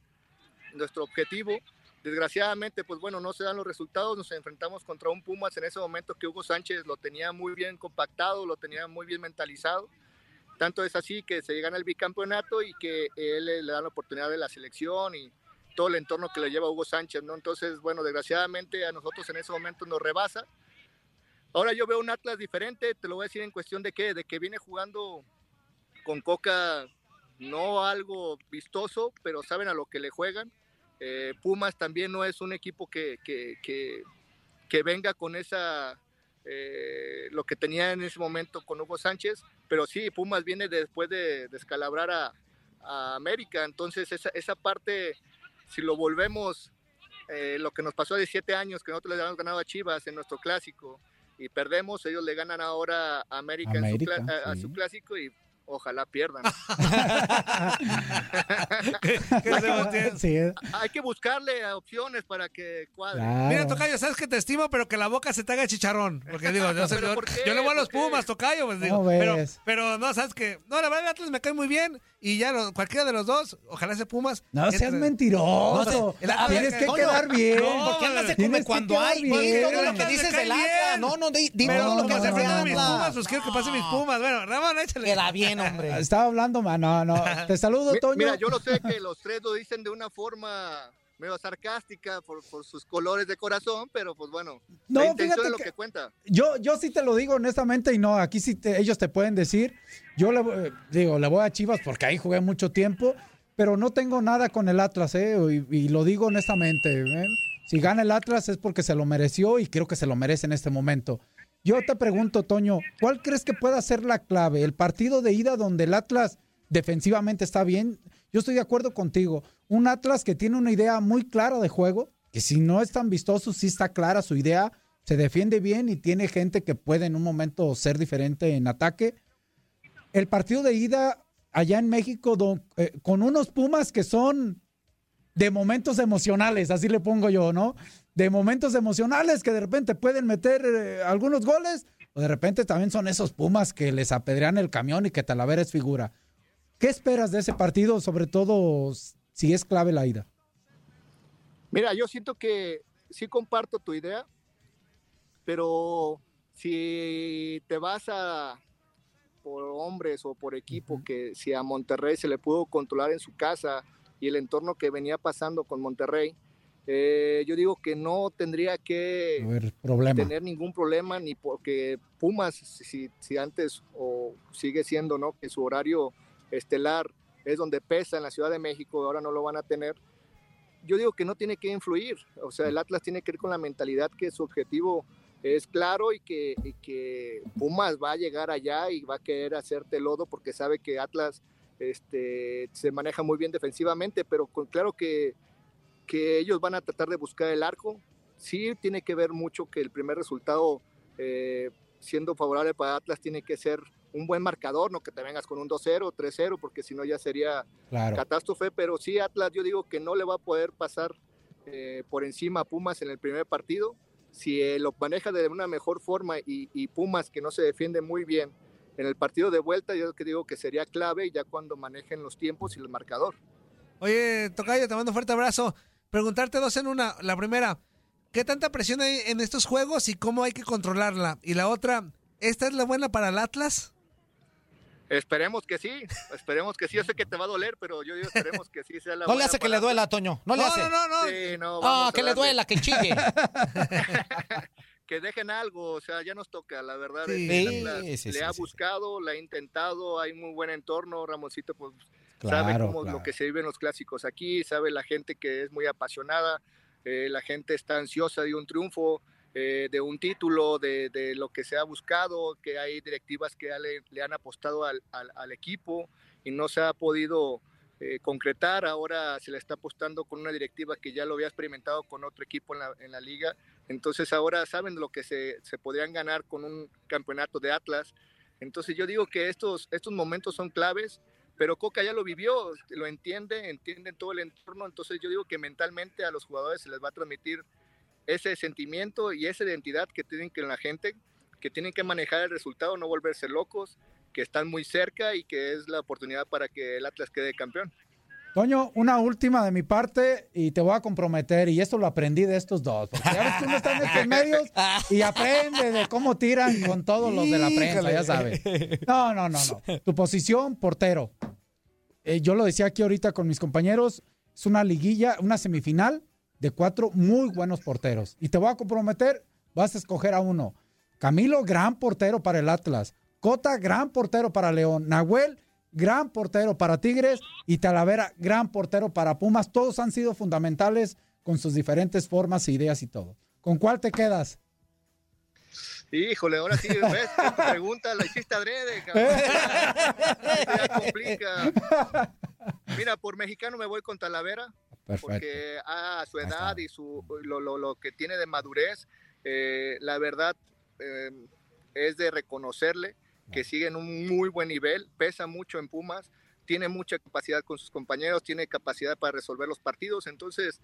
Speaker 3: nuestro objetivo. Desgraciadamente, pues bueno, no se dan los resultados, nos enfrentamos contra un Pumas en ese momento que Hugo Sánchez lo tenía muy bien compactado, lo tenía muy bien mentalizado. Tanto es así que se llegan al bicampeonato y que él eh, le dan la oportunidad de la selección y todo el entorno que le lleva Hugo Sánchez, ¿no? Entonces, bueno, desgraciadamente a nosotros en ese momento nos rebasa. Ahora yo veo un Atlas diferente, te lo voy a decir en cuestión de qué, de que viene jugando con Coca, no algo vistoso, pero saben a lo que le juegan. Eh, Pumas también no es un equipo que, que- que- que venga con esa, eh, lo que tenía en ese momento con Hugo Sánchez, pero sí, Pumas viene después de descalabrar a, a América, entonces esa, esa parte, si lo volvemos, eh, lo que nos pasó hace siete años, que nosotros le habíamos ganado a Chivas en nuestro clásico y perdemos, ellos le ganan ahora a América, en su
Speaker 7: América,
Speaker 3: cla- a- a
Speaker 7: sí.
Speaker 3: su clásico y ojalá pierdan.
Speaker 8: Que se voltea.
Speaker 7: Sí, eh.
Speaker 3: Hay que buscarle a opciones para que cuadre.
Speaker 8: Mira,
Speaker 7: Claro.
Speaker 8: Tocayo, sabes que te estimo, pero que la boca se te haga chicharrón. Porque digo, yo, sé-
Speaker 3: ¿Pero
Speaker 8: yo-
Speaker 3: por qué?
Speaker 8: yo le voy a los
Speaker 3: ¿Por qué?
Speaker 8: Pumas, Tocayo. Pues, digo,
Speaker 7: ¿Cómo
Speaker 8: pero,
Speaker 7: ves?
Speaker 8: pero no, sabes que. No, la verdad, el Atlas me cae muy bien. Y ya lo- cualquiera de los dos, ojalá ese Pumas.
Speaker 7: No
Speaker 8: entre-
Speaker 7: seas mentiroso.
Speaker 4: No sé, el- a
Speaker 7: Tienes
Speaker 4: ver,
Speaker 7: que
Speaker 4: Toño,
Speaker 7: quedar bien.
Speaker 8: no,
Speaker 4: ¿Por qué andas de
Speaker 7: Tienes
Speaker 4: come
Speaker 7: que
Speaker 4: cuando
Speaker 7: quedar
Speaker 4: hay?
Speaker 7: bien.
Speaker 4: Pues, todo lo
Speaker 8: Atlas
Speaker 4: que
Speaker 8: le
Speaker 4: dices
Speaker 8: cae
Speaker 4: del Atlas.
Speaker 8: bien.
Speaker 4: No, no, di, di
Speaker 8: Pero
Speaker 4: todo lo
Speaker 8: como
Speaker 4: que
Speaker 8: se
Speaker 4: hace
Speaker 8: enfrentan a mis
Speaker 4: Atlas.
Speaker 8: Pumas, pues quiero que pasen mis Pumas. Bueno, Ramón, échale.
Speaker 4: Queda bien, hombre.
Speaker 7: Estaba hablando, ma- no, no. Te saludo,
Speaker 3: Mi-
Speaker 7: Toño.
Speaker 3: Mira, yo lo sé que los tres lo dicen de una forma medio sarcástica por, por sus colores de corazón, pero pues bueno,
Speaker 7: No,
Speaker 3: la intención
Speaker 7: fíjate
Speaker 3: es lo
Speaker 7: que-
Speaker 3: que, cuenta.
Speaker 7: yo, yo sí te lo digo honestamente y no, aquí sí te- ellos te pueden decir, yo le, voy- digo, le voy a Chivas porque ahí jugué mucho tiempo, pero no tengo nada con el Atlas, ¿eh? Y, y lo digo honestamente, ¿eh? si gana el Atlas es porque se lo mereció y creo que se lo merece en este momento. Yo te pregunto, Toño, ¿cuál crees que pueda ser la clave? ¿El partido de ida donde el Atlas defensivamente está bien? Yo estoy de acuerdo contigo. Un Atlas que tiene una idea muy clara de juego, que si no es tan vistoso, sí está clara su idea, se defiende bien y tiene gente que puede en un momento ser diferente en ataque. El partido de ida allá en México don- eh, con unos Pumas que son de momentos emocionales, así le pongo yo, ¿no? De momentos emocionales que de repente pueden meter eh, algunos goles o de repente también son esos Pumas que les apedrean el camión y que Talavera es figura. ¿Qué esperas de ese partido, sobre todo si es clave la ida?
Speaker 3: Mira, yo siento que sí comparto tu idea, pero si te vas a por hombres o por equipo, que si a Monterrey se le pudo controlar en su casa y el entorno que venía pasando con Monterrey, eh, yo digo que no tendría que...
Speaker 7: A ver, problema.
Speaker 3: tener ningún problema ni porque Pumas si, si antes o sigue siendo no que su horario estelar es donde pesa en la Ciudad de México ahora no lo van a tener yo digo que no tiene que influir o sea el Atlas tiene que ir con la mentalidad que su objetivo es claro y que, y que Pumas va a llegar allá y va a querer hacerte lodo porque sabe que Atlas este, se maneja muy bien defensivamente, pero con, claro que, que ellos van a tratar de buscar el arco. Sí tiene que ver mucho que el primer resultado, eh, siendo favorable para Atlas, tiene que ser un buen marcador, no que te vengas con un 2-0, 3-0, porque si no ya sería
Speaker 7: Claro.
Speaker 3: catástrofe, pero sí Atlas yo digo que no le va a poder pasar eh, por encima a Pumas en el primer partido. Si eh, lo maneja de una mejor forma y, y Pumas que no se defiende muy bien en el partido de vuelta, yo que digo que sería clave ya cuando manejen los tiempos y el marcador.
Speaker 8: Oye, Tocayo, te mando fuerte abrazo. Preguntarte dos en una. La primera, ¿qué tanta presión hay en estos juegos y cómo hay que controlarla? Y la otra, ¿esta es la buena para el Atlas?
Speaker 3: Esperemos que sí, esperemos que sí. Yo sé que te va a doler, pero yo digo esperemos que sí sea la
Speaker 4: No le
Speaker 3: buena
Speaker 4: hace que
Speaker 3: para-
Speaker 4: le duela, Toño. No le hace.
Speaker 8: no, no, no.
Speaker 3: Sí, no,
Speaker 4: Ah,
Speaker 3: vamos a
Speaker 4: que le
Speaker 3: darle.
Speaker 4: duela, que chille.
Speaker 3: que dejen algo, o sea, ya nos toca, la verdad.
Speaker 8: Sí.
Speaker 3: este,
Speaker 4: Sí,
Speaker 3: Atlas
Speaker 4: sí, sí,
Speaker 3: le ha
Speaker 4: sí, sí.
Speaker 3: buscado, la ha intentado, hay muy buen entorno, Ramoncito, pues sabe
Speaker 7: Claro,
Speaker 3: cómo
Speaker 7: claro.
Speaker 3: lo que se vive en los clásicos aquí, sabe la gente que es muy apasionada, eh, la gente está ansiosa de un triunfo, eh, de un título, de, de lo que se ha buscado, que hay directivas que ya le, le han apostado al, al- al equipo y no se ha podido eh, concretar, ahora se le está apostando con una directiva que ya lo había experimentado con otro equipo en la, en la liga, entonces ahora saben lo que se, se podrían ganar con un campeonato de Atlas. Entonces yo digo que estos, estos momentos son claves pero Coca ya lo vivió, lo entiende, entiende todo el entorno, entonces yo digo que mentalmente a los jugadores se les va a transmitir ese sentimiento y esa identidad que tienen que la gente, que tienen que manejar el resultado, no volverse locos, que están muy cerca y que es la oportunidad para que el Atlas quede campeón.
Speaker 7: Toño, una última de mi parte y te voy a comprometer, y esto lo aprendí de estos dos, porque ya ves que uno está en estos medios y aprende de cómo tiran con todos los de la prensa,
Speaker 4: Híjole.
Speaker 7: ya sabes. No, no, no, no. Tu posición, portero. Eh, yo lo decía aquí ahorita con mis compañeros, es una liguilla, una semifinal de cuatro muy buenos porteros. Y te voy a comprometer, vas a escoger a uno. Camilo, gran portero para el Atlas. Cota, gran portero para León. Nahuel, gran portero para Tigres. Y Talavera, gran portero para Pumas. Todos han sido fundamentales con sus diferentes formas, ideas y todo. ¿Con cuál te quedas?
Speaker 3: Híjole, ahora sí, ¿ves? Tu pregunta la hiciste adrede, cabrón. Esto ya complica. Mira, por mexicano me voy con Talavera,
Speaker 7: Perfecto.
Speaker 3: porque a su
Speaker 7: Ahí está.
Speaker 3: edad y su lo, lo- lo que tiene de madurez, eh, la verdad eh, es de reconocerle que sigue en un muy buen nivel, pesa mucho en Pumas, tiene mucha capacidad con sus compañeros, tiene capacidad para resolver los partidos, entonces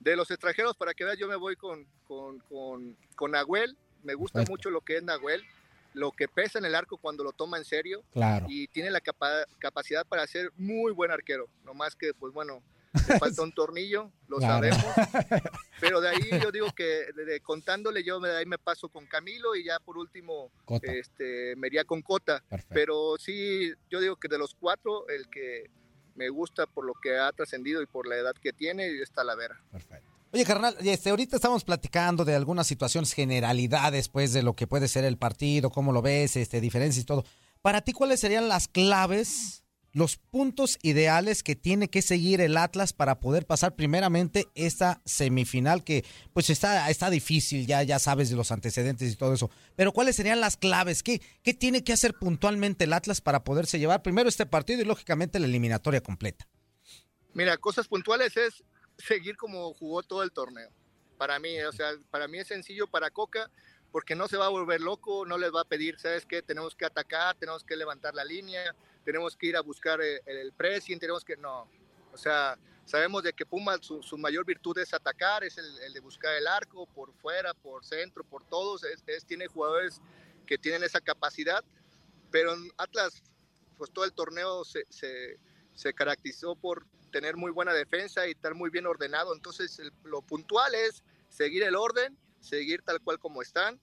Speaker 3: de los extranjeros, para que veas, yo me voy con, con, con, con Nahuel, me gusta
Speaker 7: Perfecto.
Speaker 3: mucho lo que es Nahuel, lo que pesa en el arco cuando lo toma en serio,
Speaker 7: Claro.
Speaker 3: y tiene la capa- capacidad para ser muy buen arquero. No más que, pues bueno, le falta un tornillo, lo
Speaker 7: Claro.
Speaker 3: sabemos. Pero de ahí yo digo que de- de- contándole, yo me- de ahí me paso con Camilo y ya por último
Speaker 7: Cota.
Speaker 3: este, me iría con Cota.
Speaker 7: Perfecto.
Speaker 3: Pero sí, yo digo que de los cuatro, el que me gusta por lo que ha trascendido y por la edad que tiene es Talavera.
Speaker 7: Perfecto.
Speaker 4: Oye, carnal, este, ahorita estamos platicando de algunas situaciones, generalidades, pues, de lo que puede ser el partido, cómo lo ves, este, diferencias y todo. Para ti, ¿cuáles serían las claves, los puntos ideales que tiene que seguir el Atlas para poder pasar primeramente esta semifinal que, pues, está, está difícil, ya, ya sabes de los antecedentes y todo eso. Pero ¿cuáles serían las claves? ¿Qué, ¿Qué tiene que hacer puntualmente el Atlas para poderse llevar primero este partido y, lógicamente, la eliminatoria completa?
Speaker 3: Mira, cosas puntuales es seguir como jugó todo el torneo. Para mí, o sea, para mí es sencillo para Coca porque no se va a volver loco, no les va a pedir, ¿sabes qué? Tenemos que atacar, tenemos que levantar la línea, tenemos que ir a buscar eh, el, el pressing, tenemos que... No, o sea, sabemos de que Puma su, su mayor virtud es atacar, es el, el de buscar el arco por fuera, por centro, por todos, es, es- tiene jugadores que tienen esa capacidad, pero en Atlas, pues todo el torneo se- se, se caracterizó por tener muy buena defensa y estar muy bien ordenado. Entonces, el- lo puntual es seguir el orden, seguir tal cual como están.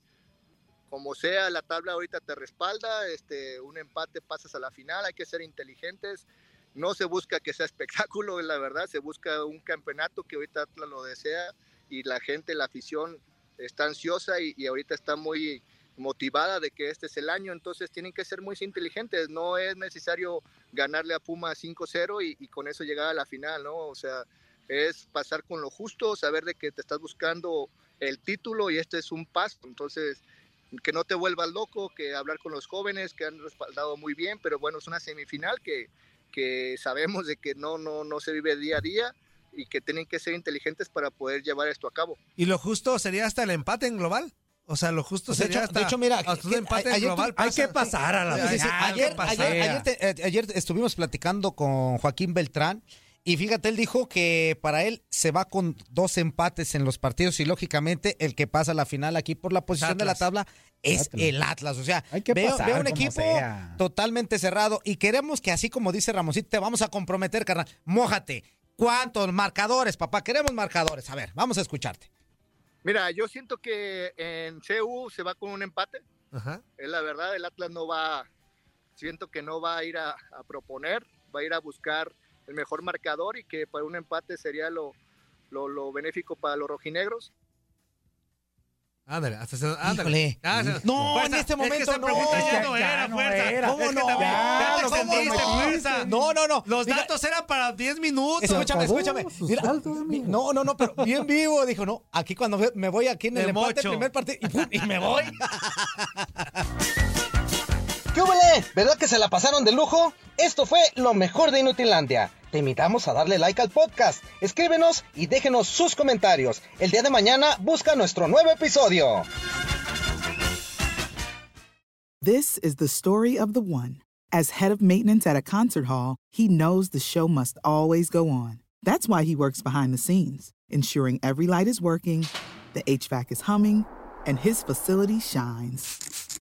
Speaker 3: Como sea, la tabla ahorita te respalda, este, un empate pasas a la final, hay que ser inteligentes. No se busca que sea espectáculo, la verdad, se busca un campeonato que ahorita Atlas lo desea y la gente, la afición está ansiosa y, y ahorita está muy motivada de que este es el año, entonces tienen que ser muy inteligentes, no es necesario ganarle a Puma 5-0 y, y con eso llegar a la final, ¿no? O sea, es pasar con lo justo, saber de que te estás buscando el título y este es un paso. Entonces, que no te vuelvas loco, que hablar con los jóvenes que han respaldado muy bien, pero bueno, es una semifinal que, que sabemos de que no, no, no se vive día a día y que tienen que ser inteligentes para poder llevar esto a cabo.
Speaker 7: ¿Y lo justo sería hasta el empate en global? O sea, lo justo
Speaker 4: O sea, de
Speaker 7: sería
Speaker 4: hecho-
Speaker 7: hasta,
Speaker 4: de hecho, mira,
Speaker 7: hasta un
Speaker 4: que-
Speaker 7: empate en
Speaker 4: ayer tu-
Speaker 7: global.
Speaker 4: hay
Speaker 7: pasa.
Speaker 4: que pasar a la- Sí, sí,
Speaker 7: Ya,
Speaker 4: ayer,
Speaker 7: ¿qué pasa?
Speaker 4: ayer- ayer te- eh, ayer estuvimos platicando con Joaquín Beltrán y fíjate, él dijo que para él se va con dos empates en los partidos y lógicamente el que pasa a la final aquí por la posición de la
Speaker 9: Atlas.
Speaker 4: tabla es
Speaker 9: Atlas.
Speaker 4: el Atlas. O sea,
Speaker 9: Hay que
Speaker 4: veo,
Speaker 9: pasar
Speaker 4: veo un
Speaker 9: como
Speaker 4: equipo
Speaker 9: sea.
Speaker 4: totalmente cerrado y queremos que así como dice Ramoncito, te vamos a comprometer, carnal. Mójate. ¿Cuántos marcadores, papá? Queremos marcadores. A ver, vamos a escucharte.
Speaker 3: Mira, yo siento que en CU se va con un empate.
Speaker 7: Ajá.
Speaker 3: Es la verdad, el Atlas no va, siento que no va a ir a, a proponer, va a ir a buscar el mejor marcador y que para un empate sería lo, lo, lo benéfico para los rojinegros.
Speaker 7: Ándale, hasta se ándale.
Speaker 4: Híjole.
Speaker 7: Ah, se-
Speaker 4: No, en
Speaker 7: fuerza.
Speaker 4: este
Speaker 7: es que
Speaker 4: momento
Speaker 7: esa
Speaker 4: no.
Speaker 7: pregunta ya no
Speaker 9: Ya
Speaker 7: era,
Speaker 9: no
Speaker 7: fuerza.
Speaker 9: era.
Speaker 7: Es que
Speaker 4: ¿Cómo no?
Speaker 7: también
Speaker 4: Ya,
Speaker 7: ya lo
Speaker 4: ¿cómo
Speaker 7: sentiste,
Speaker 4: no?
Speaker 7: fuerza.
Speaker 4: No, no, no.
Speaker 7: Los
Speaker 4: Mira,
Speaker 7: datos eran para 10 minutos.
Speaker 4: Escúchame,
Speaker 9: acabó
Speaker 4: escúchame.
Speaker 9: sus
Speaker 4: Mira,
Speaker 9: saltos,
Speaker 4: mi-
Speaker 9: amigo.
Speaker 4: no, no, no, pero bien vivo. Dijo, no, aquí cuando ve- me voy aquí en el
Speaker 7: De
Speaker 4: empate,
Speaker 7: mocho.
Speaker 4: primer partido, y, pum, y me voy.
Speaker 2: ¿Qué huele? ¿Verdad que se la pasaron de lujo? Esto fue lo mejor de Inutilandia. Te invitamos a darle like al podcast, escríbenos y déjenos sus comentarios. El día de mañana busca nuestro nuevo episodio.
Speaker 10: This is the story of the one. As head of maintenance at a concert hall, he knows the show must always go on. That's why he works behind the scenes, ensuring every light is working, the HVAC is humming, and his facility shines.